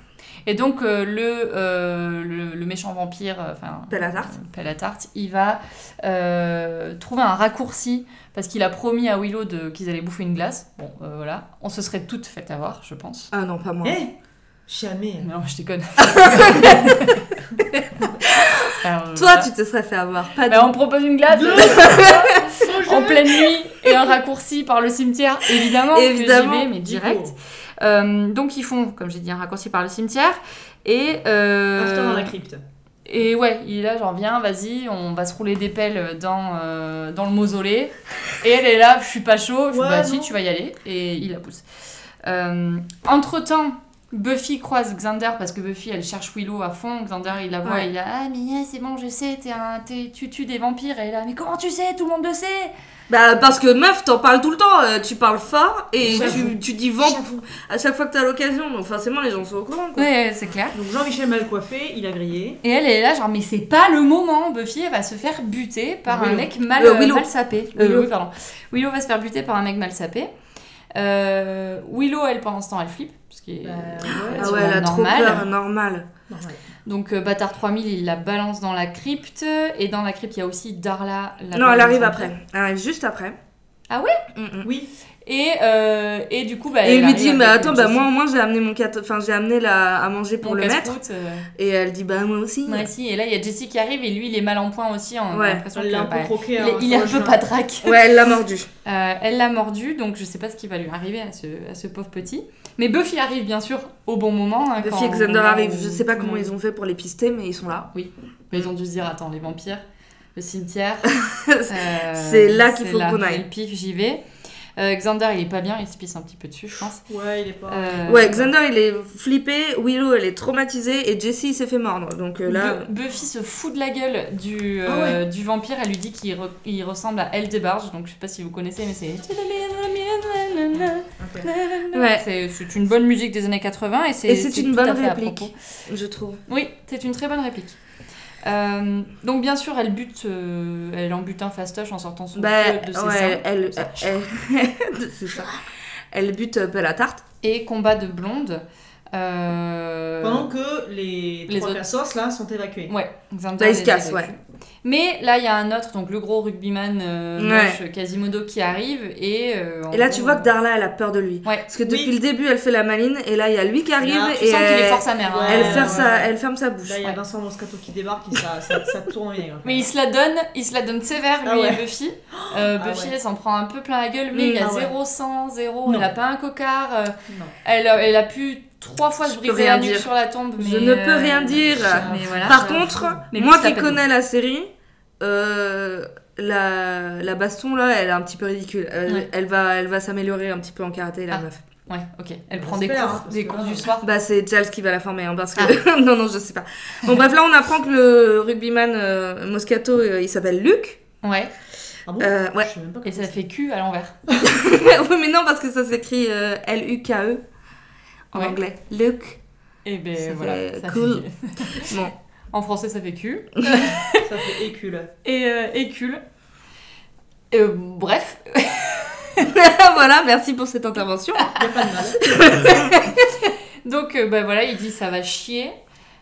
Et donc euh, le, euh, le, le méchant vampire, euh, enfin
Pelatarte.
pelle à tarte, il va euh, trouver un raccourci parce qu'il a promis à Willow de- qu'ils allaient bouffer une glace. Bon, euh, voilà. On se serait toutes fait avoir, je pense.
Ah non, pas moi.
Eh, jamais.
Mais non, je déconne. Alors,
Toi,
voilà.
tu te serais fait avoir. Pas
Bah,
nous.
on propose une glace
Deux.
en pleine nuit et un raccourci par le cimetière, évidemment.
Évidemment.
Que j'y vais, mais direct. Euh, donc ils font, comme j'ai dit, un raccourci par le cimetière. Et, euh,
After dans la crypte.
et ouais, il est là, genre viens, vas-y, on va se rouler des pelles dans, euh, dans le mausolée. Et elle est là, je suis pas chaud, je suis
Ouais,
bah si,
non.
tu vas y aller. Et il la pousse. entre temps, Buffy croise Xander parce que Buffy elle cherche Willow à fond. Xander il la voit,
Ouais.
il a ah mais yeah, c'est bon, je sais, t'es un, t'es- tu tues des vampires. Et elle est là, mais comment tu sais, tout le monde le sait.
Bah parce que meuf, t'en parles tout le temps, euh, tu parles fort et
J'avoue.
tu, tu dis vent à chaque fois que t'as l'occasion, donc forcément les gens sont au courant. Quoi.
Ouais, c'est clair.
Donc Jean-Michel mal coiffé, il a grillé.
Et elle est là, genre, mais c'est pas le moment. Buffy, elle va se faire buter par un
Willow.
mec mal,
Euh, Willow.
mal sapé. Euh,
Willow.
oui, pardon. Willow va se faire buter par un mec mal sapé. Euh, Willow, elle, pendant ce temps, elle flippe. Ce qui est
Bah,
euh,
ouais.
Ah ouais, elle a trop
normal.
peur, normal.
Normal.
Donc, euh, Bâtard 3000, il la balance dans la crypte. Et dans la crypte, il y a aussi Darla. la
non,
blonde
elle arrive
vampire.
après, elle arrive juste après.
Ah
ouais
Oui.
Et, euh, et du coup, bah,
Et
elle
il lui
arrive
dit, mais
avec
attends, bah
Jessie,
moi au moins j'ai amené mon cat... enfin j'ai amené la... à manger
mon
pour le
casse-croûte,
maître.
euh,
Et elle dit, bah moi aussi.
moi aussi. Et là, il y a Jessie qui arrive. Et lui, il est mal en point aussi. On a
Ouais.
l'impression
Elle
que,
l'a un
bah,
peu croqué.
il
hein,
est, il est
sur
un
le
peu
chemin.
patraque.
Ouais, elle l'a mordu.
Euh, elle l'a mordu, donc je sais pas ce qui va lui arriver à ce, à ce pauvre petit. Mais Buffy arrive bien sûr au bon moment. hein,
Buffy
quand-
et Xander
au moment
arrivent,
où
je sais pas
tout le
comment
monde-
ils ont fait pour les pister, mais ils sont là.
Oui, mais ils ont dû se dire attends les vampires. le cimetière. Euh,
C'est là qu'il
c'est
faut qu'on aille.
Et Pif, j'y vais. Euh, Xander, il est pas bien, il se pisse un petit peu dessus, je pense.
Ouais, il est pas.
Euh,
Ouais, Xander il est flippé, Willow elle est traumatisée et Jessie il s'est fait mordre. Donc euh, là. Ah
Bu- Buffy se fout de la gueule du, euh, du vampire. Elle lui dit qu'il re- il ressemble à Eldebarge. Donc je sais pas si vous connaissez, mais c'est. euh.
Ok.
Ouais.
C'est- C'est une bonne musique des années 80 et c'est
Et c'est une
tout à
bonne
fait à
réplique,
propos.
je trouve.
Oui, c'est une très bonne réplique. Euh, donc bien sûr, elle bute, euh, elle en bute un fastoche en sortant son
Bah,
feu de ses seins.
ouais, elle,
Ça.
elle, elle- c'est ça. Elle bute euh, la tarte.
Et combat de blonde. euh,
Pendant que les,
les
trois
autres-
cassos là sont évacués.
Ouais, Xander
Bah, il se
les
casse,
évacue.
ouais.
Mais là, il y a un autre, donc le gros rugbyman euh,
Ouais.
moche, Quasimodo, qui arrive et. euh, en
Et là,
gros,
tu vois
euh,
que Darla, elle a peur de lui.
Ouais.
Parce que depuis
Oui.
le début, elle fait la maline, et là, il y a lui qui arrive,
Là,
Eh Tu
et
sens qu'il est
elle,
fort sa mère. hein.
elle
Ouais,
ferme
ouais,
sa,
ouais.
elle ferme sa bouche.
Là, il y a
ouais.
Vincent Moscato qui débarque et ça, ça, ça tourne en vinaigre.
Mais il se la donne, il se la donne sévère, lui
Ah ouais.
et Buffy. Euh,
Ah
Buffy,
ouais.
elle s'en prend un peu plein la gueule, mais
Mm.
il y a
Ah ouais.
zéro sang, zéro,
Non.
elle a pas un cocard. euh,
Non.
elle, a- elle a pu trois fois
Je
se
peux
briser
rien
la nuque
dire.
sur la tombe.
Je
mais,
ne
euh,
peux rien dire.
Mais voilà.
Par
c'est un
contre,
fou. Mais lui,
moi
ça
qui
s'appelle-
connais la série, euh, la, la baston là, elle est un petit peu ridicule. Elle,
Ouais.
elle va, elle va s'améliorer un petit peu en karaté la
Ah.
meuf.
Ouais, ok. Elle prend des
J'espère,
cours,
hein, parce
des
que
cours
là, euh,
du
ouais.
soir.
Bah c'est Giles qui va la former hein, parce que
Ah.
non non je sais pas. Bon bref là on apprend que le rugbyman euh, Moscato euh, il s'appelle Luc.
Ouais.
Ah bon
Euh, ouais.
Je sais même pas
Et ça fait cul à l'envers.
oui mais non parce que ça s'écrit euh, L U K E en
Ouais.
anglais. Luc.
Et
Ça
ben voilà.
fait
ça
cool.
fait-
Bon.
En français, ça fait cul.
comment ça fait écule.
et, euh, et cul. Euh, bref,
voilà merci pour cette intervention.
Y a pas de mal.
donc euh, bah, voilà, il dit ça va chier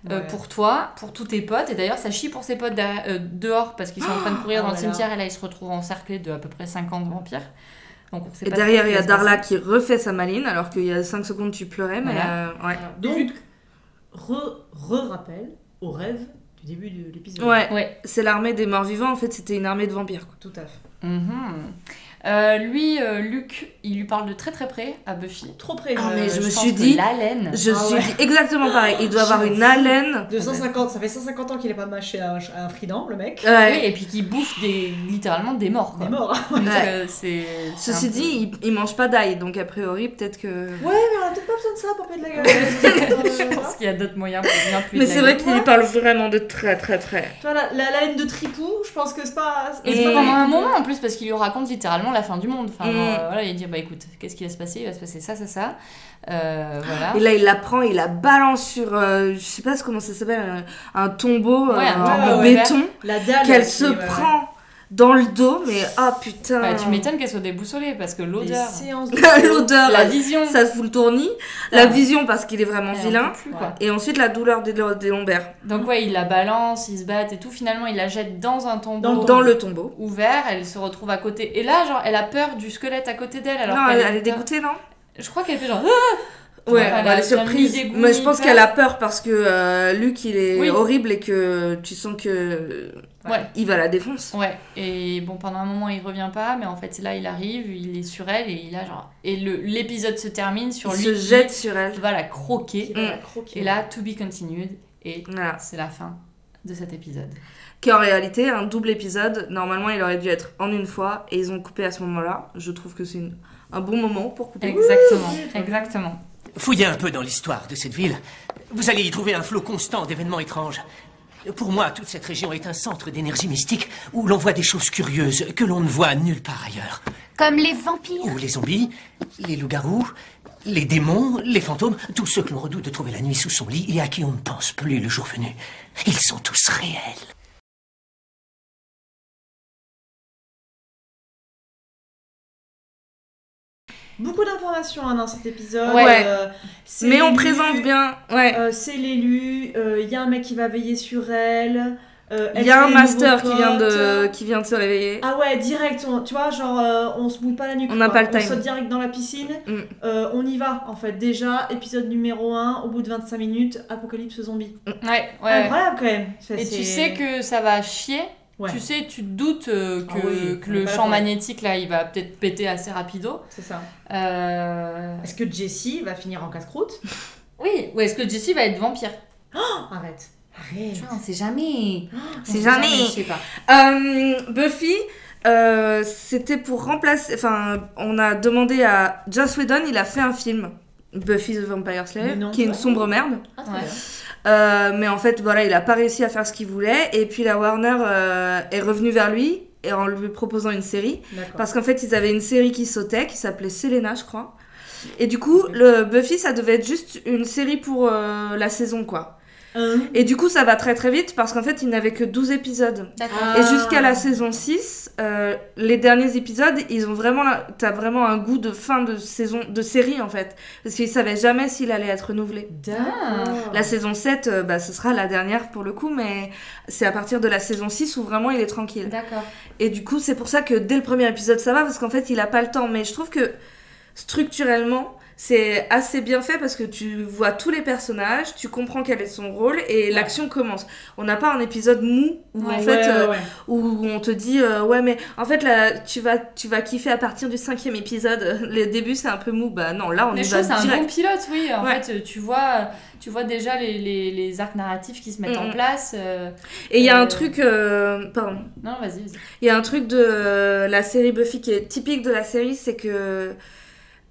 euh,
Ouais.
pour toi, pour tous tes potes, et d'ailleurs ça chie pour ses potes derrière- euh, dehors parce qu'ils sont en train de courir
Oh
dans le
là là.
cimetière et là ils se retrouvent encerclés de à peu près 50 vampires. Donc on sait
Et
pas
derrière
trop
il
ce
y a
qui va se
Darla qui refait sa maline alors qu'il y a 5 secondes tu pleurais mais
Voilà.
euh, ouais.
Donc, re- re-rappel au rêve du début de l'épisode.
Ouais,
passer. Ouais.
c'est l'armée des morts vivants, en fait, c'était une armée de vampires. Quoi.
Tout à fait.
Mhm. Euh, lui, euh, Luc, il lui parle de très très près à Buffy. Euh,
Trop euh, près.
Ah, mais je me
pense
suis
que
dit-
l'haleine.
Je
Ah
suis
ouais.
dit exactement pareil, il doit avoir
Je
une
suis
haleine.
De 150, ça fait 150 ans qu'il a pas mâché un, un frident, le mec.
Ouais.
Oui, et puis qui bouffe des, littéralement des morts.
Il
Quoi.
est mort. hein.
Donc,
Ouais.
euh, c'est. c'est
Ceci
un peu-
dit, il, il mange pas d'ail, donc a priori, peut-être que.
Ouais, mais on a peut-être pas besoin de ça pour péter de la gueule. Euh,
je pense qu'il y a d'autres moyens pour bien puer
Mais
de la
c'est
gueule.
vrai qu'il y parle vraiment de très très très.
Tu vois, la, la, la haine de tripou, je pense que c'est pas.
Et
Et-
c'est pas pendant un moment en plus parce qu'il lui raconte littéralement la fin du monde. Enfin,
Mm.
euh, voilà, il dit bah écoute, qu'est-ce qui va se passer Il va se passer ça, ça, ça. Euh, voilà.
Et là, il la prend, il la balance sur, euh, je sais pas comment ça s'appelle, euh, un tombeau
Ouais, Ah, un
euh,
tombeau,
en
ouais.
béton,
La dalle.
qu'elle
qui-
se
ouais, ouais.
prend dans le dos, mais ah putain.
Bah, tu m'étonnes qu'elle soit déboussolée parce que
Les
l'odeur,
séances
L'odeur,
la
elle-
vision,
ça se fout le tournis.
Ah.
La vision, parce qu'il est vraiment
elle en
vilain.
peut plus, quoi.
Et ensuite, la douleur des, des lombaires.
Donc ouais, il la balance, ils se battent et tout. Finalement, il la jette dans un tombeau.
Dans le
Dans le tombeau.
ouvert, elle se retrouve à côté. Et là, genre, elle a peur du squelette à côté d'elle. Alors
non,
qu'elle
elle, elle est dégoûtée, non
Je crois qu'elle fait genre.
Ouais,
Ouais,
bah,
elle a
elle est
bien
surprise.
mis des goûts,
Mais je pense
peur.
qu'elle a peur parce que euh, Luc, il est
Oui.
horrible et que tu sens que
Ouais.
il va la défonce.
Ouais, et bon, pendant un moment, il revient pas, mais en fait, là, il arrive, il est sur elle, et il a genre. Et le- l'épisode se termine sur
Il
lui
se
qui
jette sur elle.
va la
qui
croquer.
va la
Mm.
croquer.
Et là, to be continued, et
Voilà.
c'est la fin de cet épisode.
Qui en réalité, un double épisode, normalement il aurait dû être en une fois et ils ont coupé à ce moment-là. Je trouve que c'est une- un bon moment pour couper.
Exactement, exactement.
Fouillez un peu dans l'histoire de cette ville. Vous allez y trouver un flot constant d'événements étranges. Pour moi, toute cette région est un centre d'énergie mystique où l'on voit des choses curieuses que l'on ne voit nulle part ailleurs.
Comme les vampires.
Où les zombies, les loups-garous, les démons, les fantômes, tous ceux que l'on redoute de trouver la nuit sous son lit et à qui on ne pense plus le jour venu. Ils sont tous réels.
Beaucoup d'informations hein, dans cet épisode.
Ouais.
Euh, c'est
Mais on
l'élu,
présente bien, ouais.
euh, c'est l'élu, il y a un mec qui va veiller sur elle. euh,
Il
elle
y a
fait
un
les
master qui
nouveaux
vient de
potes.
qui vient de se réveiller.
Ah ouais, direct, on- tu vois, genre euh, on se mouille pas la nuque.
On n'a
quoi.
pas le time.
On saute direct dans la piscine.
Mm.
Euh, on y va en fait. Déjà, épisode numéro 1, au bout de 25 minutes, apocalypse zombie.
Ouais,
Ouais.
ouais.
Incroyable quand même. Ça,
et tu
Ah, c'est-
sais que ça va chier.
Ouais.
Tu sais, tu te doutes euh, que,
Ah oui,
que
on est
le
pas là
champ
pour-
magnétique, là, il va peut-être péter assez rapido.
C'est ça.
Euh,
Est-ce que Jessie va finir en casse-croûte
Oui, ou est-ce que Jessie va être vampire
Arrête. Arrête.
Tu vois, on sait jamais. On
C'est
sait
jamais.
Je sais pas.
Ah.
Euh, Buffy, euh, c'était pour remplacer. Enfin, on a demandé à Joss Whedon, il a fait un film. Buffy the Vampire Slayer,
Mais non,
qui est une
ouais.
sombre merde.
Ah, très
Ouais.
bien.
Euh, mais en fait, voilà, il a pas réussi à faire ce qu'il voulait. Et puis la Warner euh, est revenue vers lui et en lui proposant une série.
D'accord.
Parce qu'en fait, ils avaient une série qui sautait, qui s'appelait Selena, je crois. Et du coup, le Buffy, ça devait être juste une série pour euh, la saison, quoi.
Ah.
Un.
Et du coup, ça va très très vite parce qu'en fait, il n'avait que 12 épisodes.
Ah,
D'accord.
Et jusqu'à la saison 6, euh, les derniers épisodes, ils ont vraiment, la- t'as vraiment un goût de fin de saison, de série en fait, parce qu'ils savaient jamais s'il allait être renouvelé.
D'accord.
La saison 7, euh, bah, ce sera la dernière pour le coup, mais c'est à partir de la saison 6 où vraiment il est tranquille.
D'accord.
Et du coup, c'est pour ça que dès le premier épisode, ça va, parce qu'en fait, il a pas le temps. Mais je trouve que structurellement, c'est assez bien fait parce que tu vois tous les personnages, tu comprends quel est son rôle et l'action commence. On n'a pas un épisode mou où en
Ouais,
fait.
ouais,
euh,
ouais.
où on te dit euh, ouais mais en fait là tu vas tu vas kiffer à partir du cinquième épisode le début c'est un peu mou bah non là on
Mais
y
je
va
trouve que c'est un bon
direct
pilote, oui. En
Ouais.
fait, tu vois, tu vois déjà les, les, les arcs narratifs qui se mettent en
Mm.
place. euh,
et il y a un
Euh.
truc euh, pardon
Non, vas-y, vas-y.
il y a un truc de euh, la série Buffy qui est typique de la série c'est que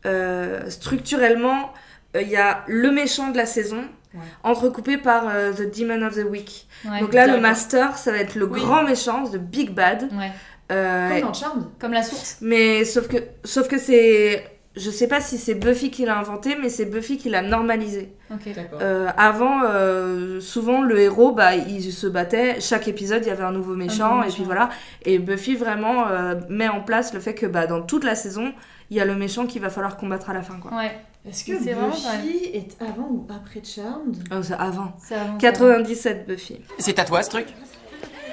euh, structurellement euh, il y a le méchant de la saison
Ouais.
entrecoupé par euh, the demon of the week
Ouais.
donc là le
d'accord.
master ça va être le
Oui.
grand méchant the big bad
Ouais.
Euh,
Comme dans Charmed.
Comme la source.
Mais sauf que, sauf que c'est. Je sais pas si c'est Buffy qui l'a inventé, mais c'est Buffy qui l'a normalisé.
Ok.
D'accord.
Euh, avant, euh, souvent, le héros, bah, il se battait. Chaque épisode, il y avait un nouveau méchant,
nouveau
et
méchant.
puis voilà. Et Buffy vraiment euh, met en place le fait que bah, dans toute la saison, il y a le méchant qu'il va falloir combattre à la fin. Quoi.
Ouais.
Est-ce
Mais
que
c'est vraiment pas
Buffy est avant ou après Charmed
Euh, c'est avant.
c'est avant.
97 Buffy.
C'est à toi ce truc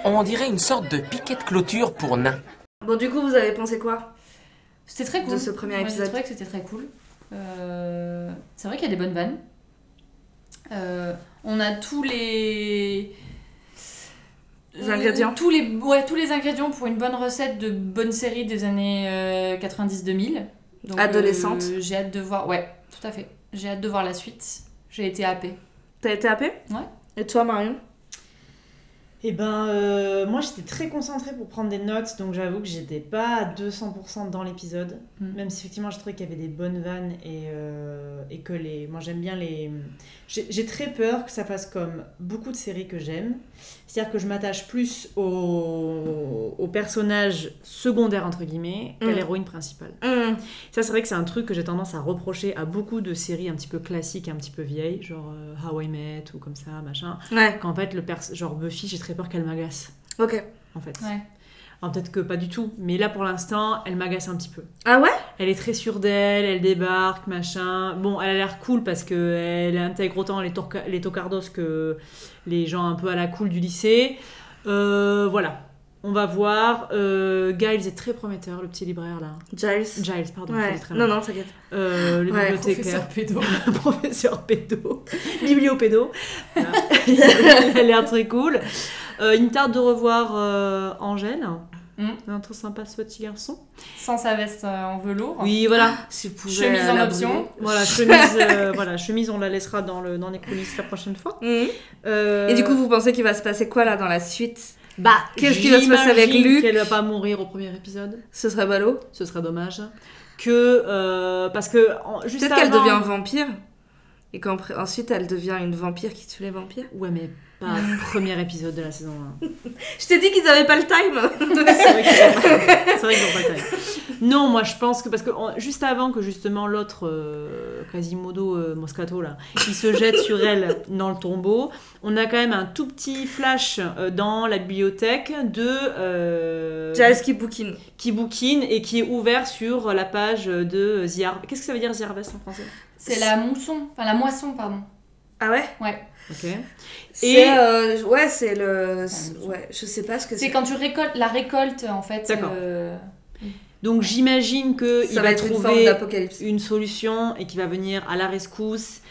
On dirait une sorte de piquet de clôture pour nains.
Bon, du coup, vous avez pensé quoi
C'était très cool.
de ce premier
Moi,
épisode.
J'ai trouvé que c'était très cool. Euh, c'est vrai qu'il y a des bonnes vannes. Euh, on a tous les...
Les ingrédients.
Euh, tous les, ouais, tous les ingrédients pour une bonne recette de bonne série des années euh, 90-2000. Donc,
Adolescente.
euh, j'ai hâte de voir, ouais, tout à fait. J'ai hâte de voir la suite. J'ai été happée.
T'as été happée
Ouais.
Et toi, Marion
Eh ben, euh, moi j'étais très concentrée pour prendre des notes, donc j'avoue que j'étais pas à 200% dans l'épisode.
Mm.
Même si effectivement j'ai trouvé qu'il y avait des bonnes vannes et, euh, et que les. Moi j'aime bien les. J'ai j'ai très peur que ça fasse comme beaucoup de séries que j'aime. C'est-à-dire que je m'attache plus aux au personnages secondaires, entre guillemets, qu'à
Mm.
l'héroïne principale.
Hum,
Ça, c'est vrai que c'est un truc que j'ai tendance à reprocher à beaucoup de séries un petit peu classiques, un petit peu vieilles, genre euh, How I Met ou comme ça, machin.
Ouais,
Qu'en fait, le pers- genre Buffy, j'ai très peur qu'elle m'agace,
ok.
en fait.
Ouais.
Alors peut-être que pas du tout, mais là pour l'instant, elle m'agace un petit peu.
Ah ouais
Elle est très sûre d'elle, elle débarque, machin. Bon, elle a l'air cool parce que elle intègre autant les, torca- les tocardos que les gens un peu à la cool du lycée. Euh, voilà, on va voir. Euh, Giles est très prometteur, le petit libraire là.
Giles.
Giles, pardon. je
Ouais.
dis très mal.
Non, non, t'inquiète.
Euh, le
Ouais,
bibliothécaire. professeur pédo. Bibliopédo.
Ah.
Voilà. il a l'air très cool. Euh, il me tarde de revoir euh, Angèle.
Mm.
Hmm.
Un trop sympa ce petit garçon.
Sans sa veste euh, en
Oh.
velours.
Oui, voilà.
Si vous pouvez
Chemise en
la
option.
Voilà, chemise, euh, voilà, chemise on la laissera dans, le, dans les coulisses la prochaine fois.
brûler. Mhm.
Euh,
Et du coup, vous pensez qu'il va se passer quoi là dans la suite
bah,
qu'est-ce qui va se passer
j'imagine
avec Luc
qu'elle va pas mourir au premier épisode.
Ce serait ballot.
Ce serait dommage. Que. euh, parce que. en- juste
Peut-être qu'elle
avant-
devient vampire. Et qu'ensuite, elle devient une vampire qui tue les vampires.
Ouais, mais pas premier épisode de la saison 1.
Je t'ai dit qu'ils avaient pas le time
C'est vrai qu'ils ont- c'est vrai qu'ils ont pas le time. Non, moi je pense que parce que en- juste avant que justement l'autre euh, Quasimodo euh, Moscato là, il se jette sur elle dans le tombeau, on a quand même un tout petit flash euh, dans la bibliothèque de euh,
Giles qui bouquine.
qui bouquine et qui est ouvert sur la page de Ziar. Qu'est-ce que ça veut dire Ziarvest en français
C'est la mousson, enfin la moisson, pardon.
Ah ouais
Ok.
Et ouais, c'est le. c'est-
Ah,
Ouais, je sais pas ce que
C'est
c'est.
quand tu récoltes, la récolte en fait.
D'accord.
euh,
Donc j'imagine que il
Ça va être une forme
trouver
d'apocalypse.
une solution et qui va venir à la rescousse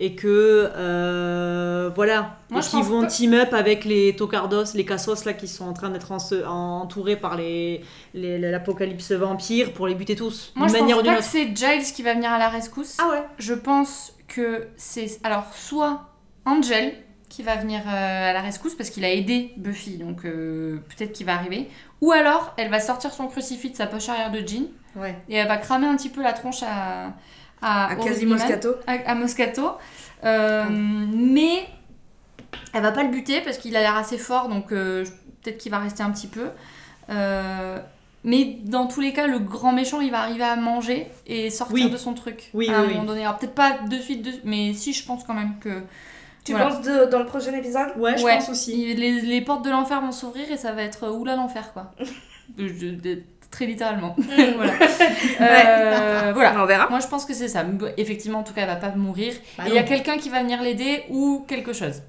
et que euh, voilà
Moi,
et
je
qui
pense
vont
pas-
team up avec les tocardos les cassos là qui sont en train d'être en- entourés par les les- l'apocalypse vampire pour les buter tous
Moi,
d'une
je
manière ou
pense
d'une
pas que
autre
c'est Giles qui va venir à la rescousse.
ah ouais
Je pense que c'est alors soit Angel qui va venir euh, à la rescousse parce qu'il a aidé Buffy, donc euh, peut-être qu'il va arriver. Ou alors, elle va sortir son crucifix de sa poche arrière de jean
Ouais.
et elle va cramer un petit peu la tronche à, à,
À
Aureliman,
quasi Moscato.
à, à Moscato. Euh, mais elle va pas le buter parce qu'il a l'air assez fort, donc euh, je- peut-être qu'il va rester un petit peu. Euh, mais dans tous les cas, le grand méchant, il va arriver à manger et sortir
Oui.
de son truc
Oui,
à un
oui, oui.
moment donné. Alors peut-être pas de suite, de... mais si, je pense quand même que
Tu
Voilà.
penses de- dans le prochain épisode
Ouais, je
Ouais.
pense aussi.
il- les, les portes de l'enfer vont s'ouvrir et ça va être euh, oula l'enfer, quoi. De- de- de- très littéralement. voilà. Euh, voilà.
On verra.
Moi, je pense que c'est ça. Mais bon, Effectivement, en tout cas, elle va pas mourir.
Bah
Et il y a
non.
quelqu'un qui va venir l'aider ou quelque chose.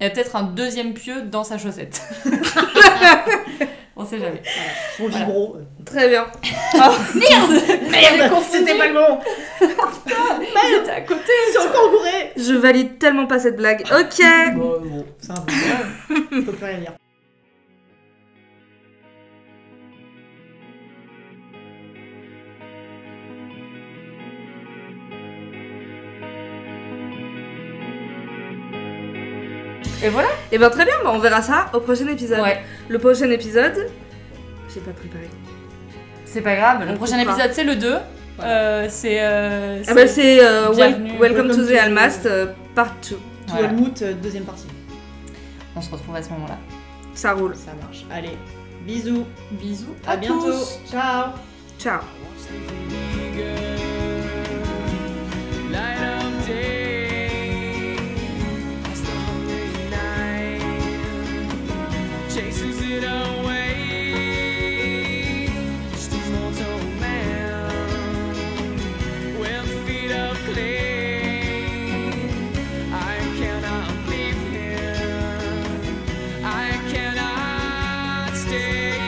Il y a peut-être un deuxième pieu dans sa chaussette. On sait jamais.
Son vibro.
Très bien.
Merde C'était pas le bon
J'étais Ah, à côté.
Ils sont encore bourrés
Je valide tellement pas cette blague. Ok.
Bon, bon, c'est un peu grave. On peut plus rien dire.
Et voilà.
Et ben très bien, bah, on verra ça au prochain épisode.
Ouais.
Le prochain épisode. J'ai pas préparé.
C'est pas grave. Le
On
prochain
coupera.
épisode, c'est le 2. Euh, c'est. euh,
Ah bah c'est euh, wel-
Bienvenue,
welcome,
welcome
to
to
the
the-
Almast euh, part 2.
Tout
Voilà.
Helmut, euh, deuxième partie.
On se retrouve à ce moment-là.
Ça roule.
Ça marche. Allez, bisous.
Bisous.
À, bientôt.
tous.
Ciao.
Ciao.
chases it away. Just a mortal man with feet of clay. I cannot leave him. I cannot stay.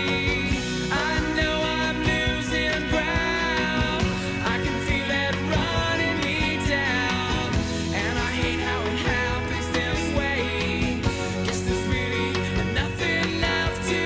I know I'm losing ground. I can feel it running me down, and I hate how it happens this way. Guess there's really nothing left to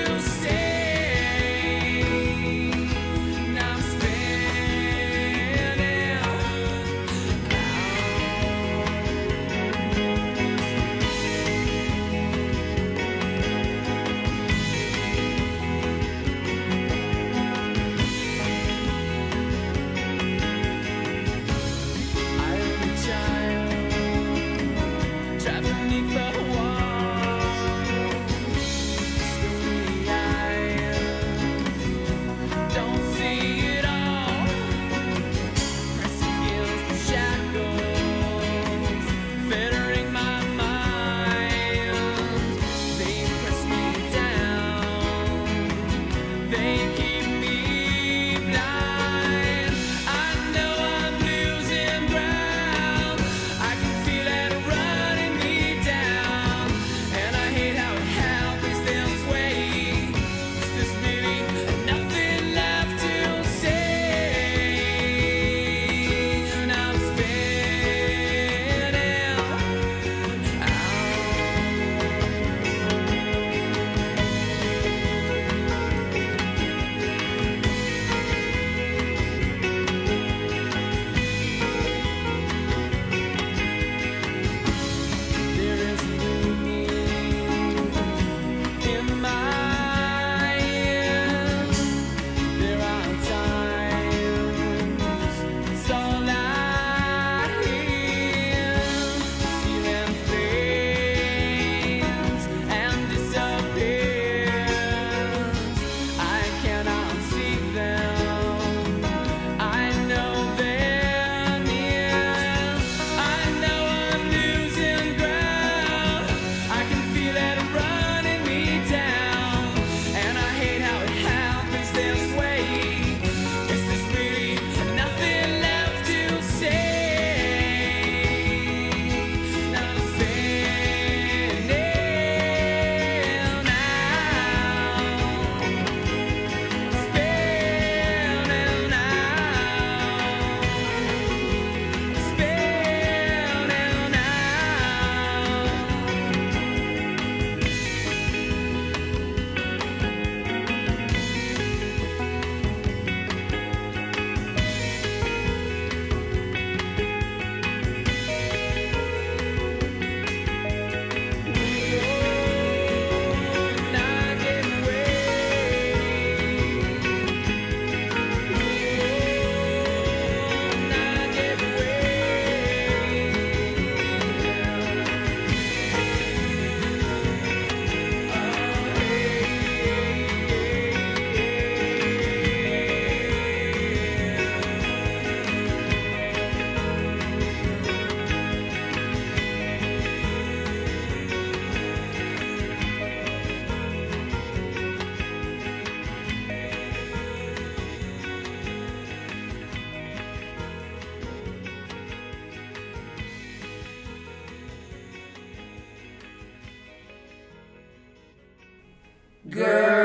né? Girl.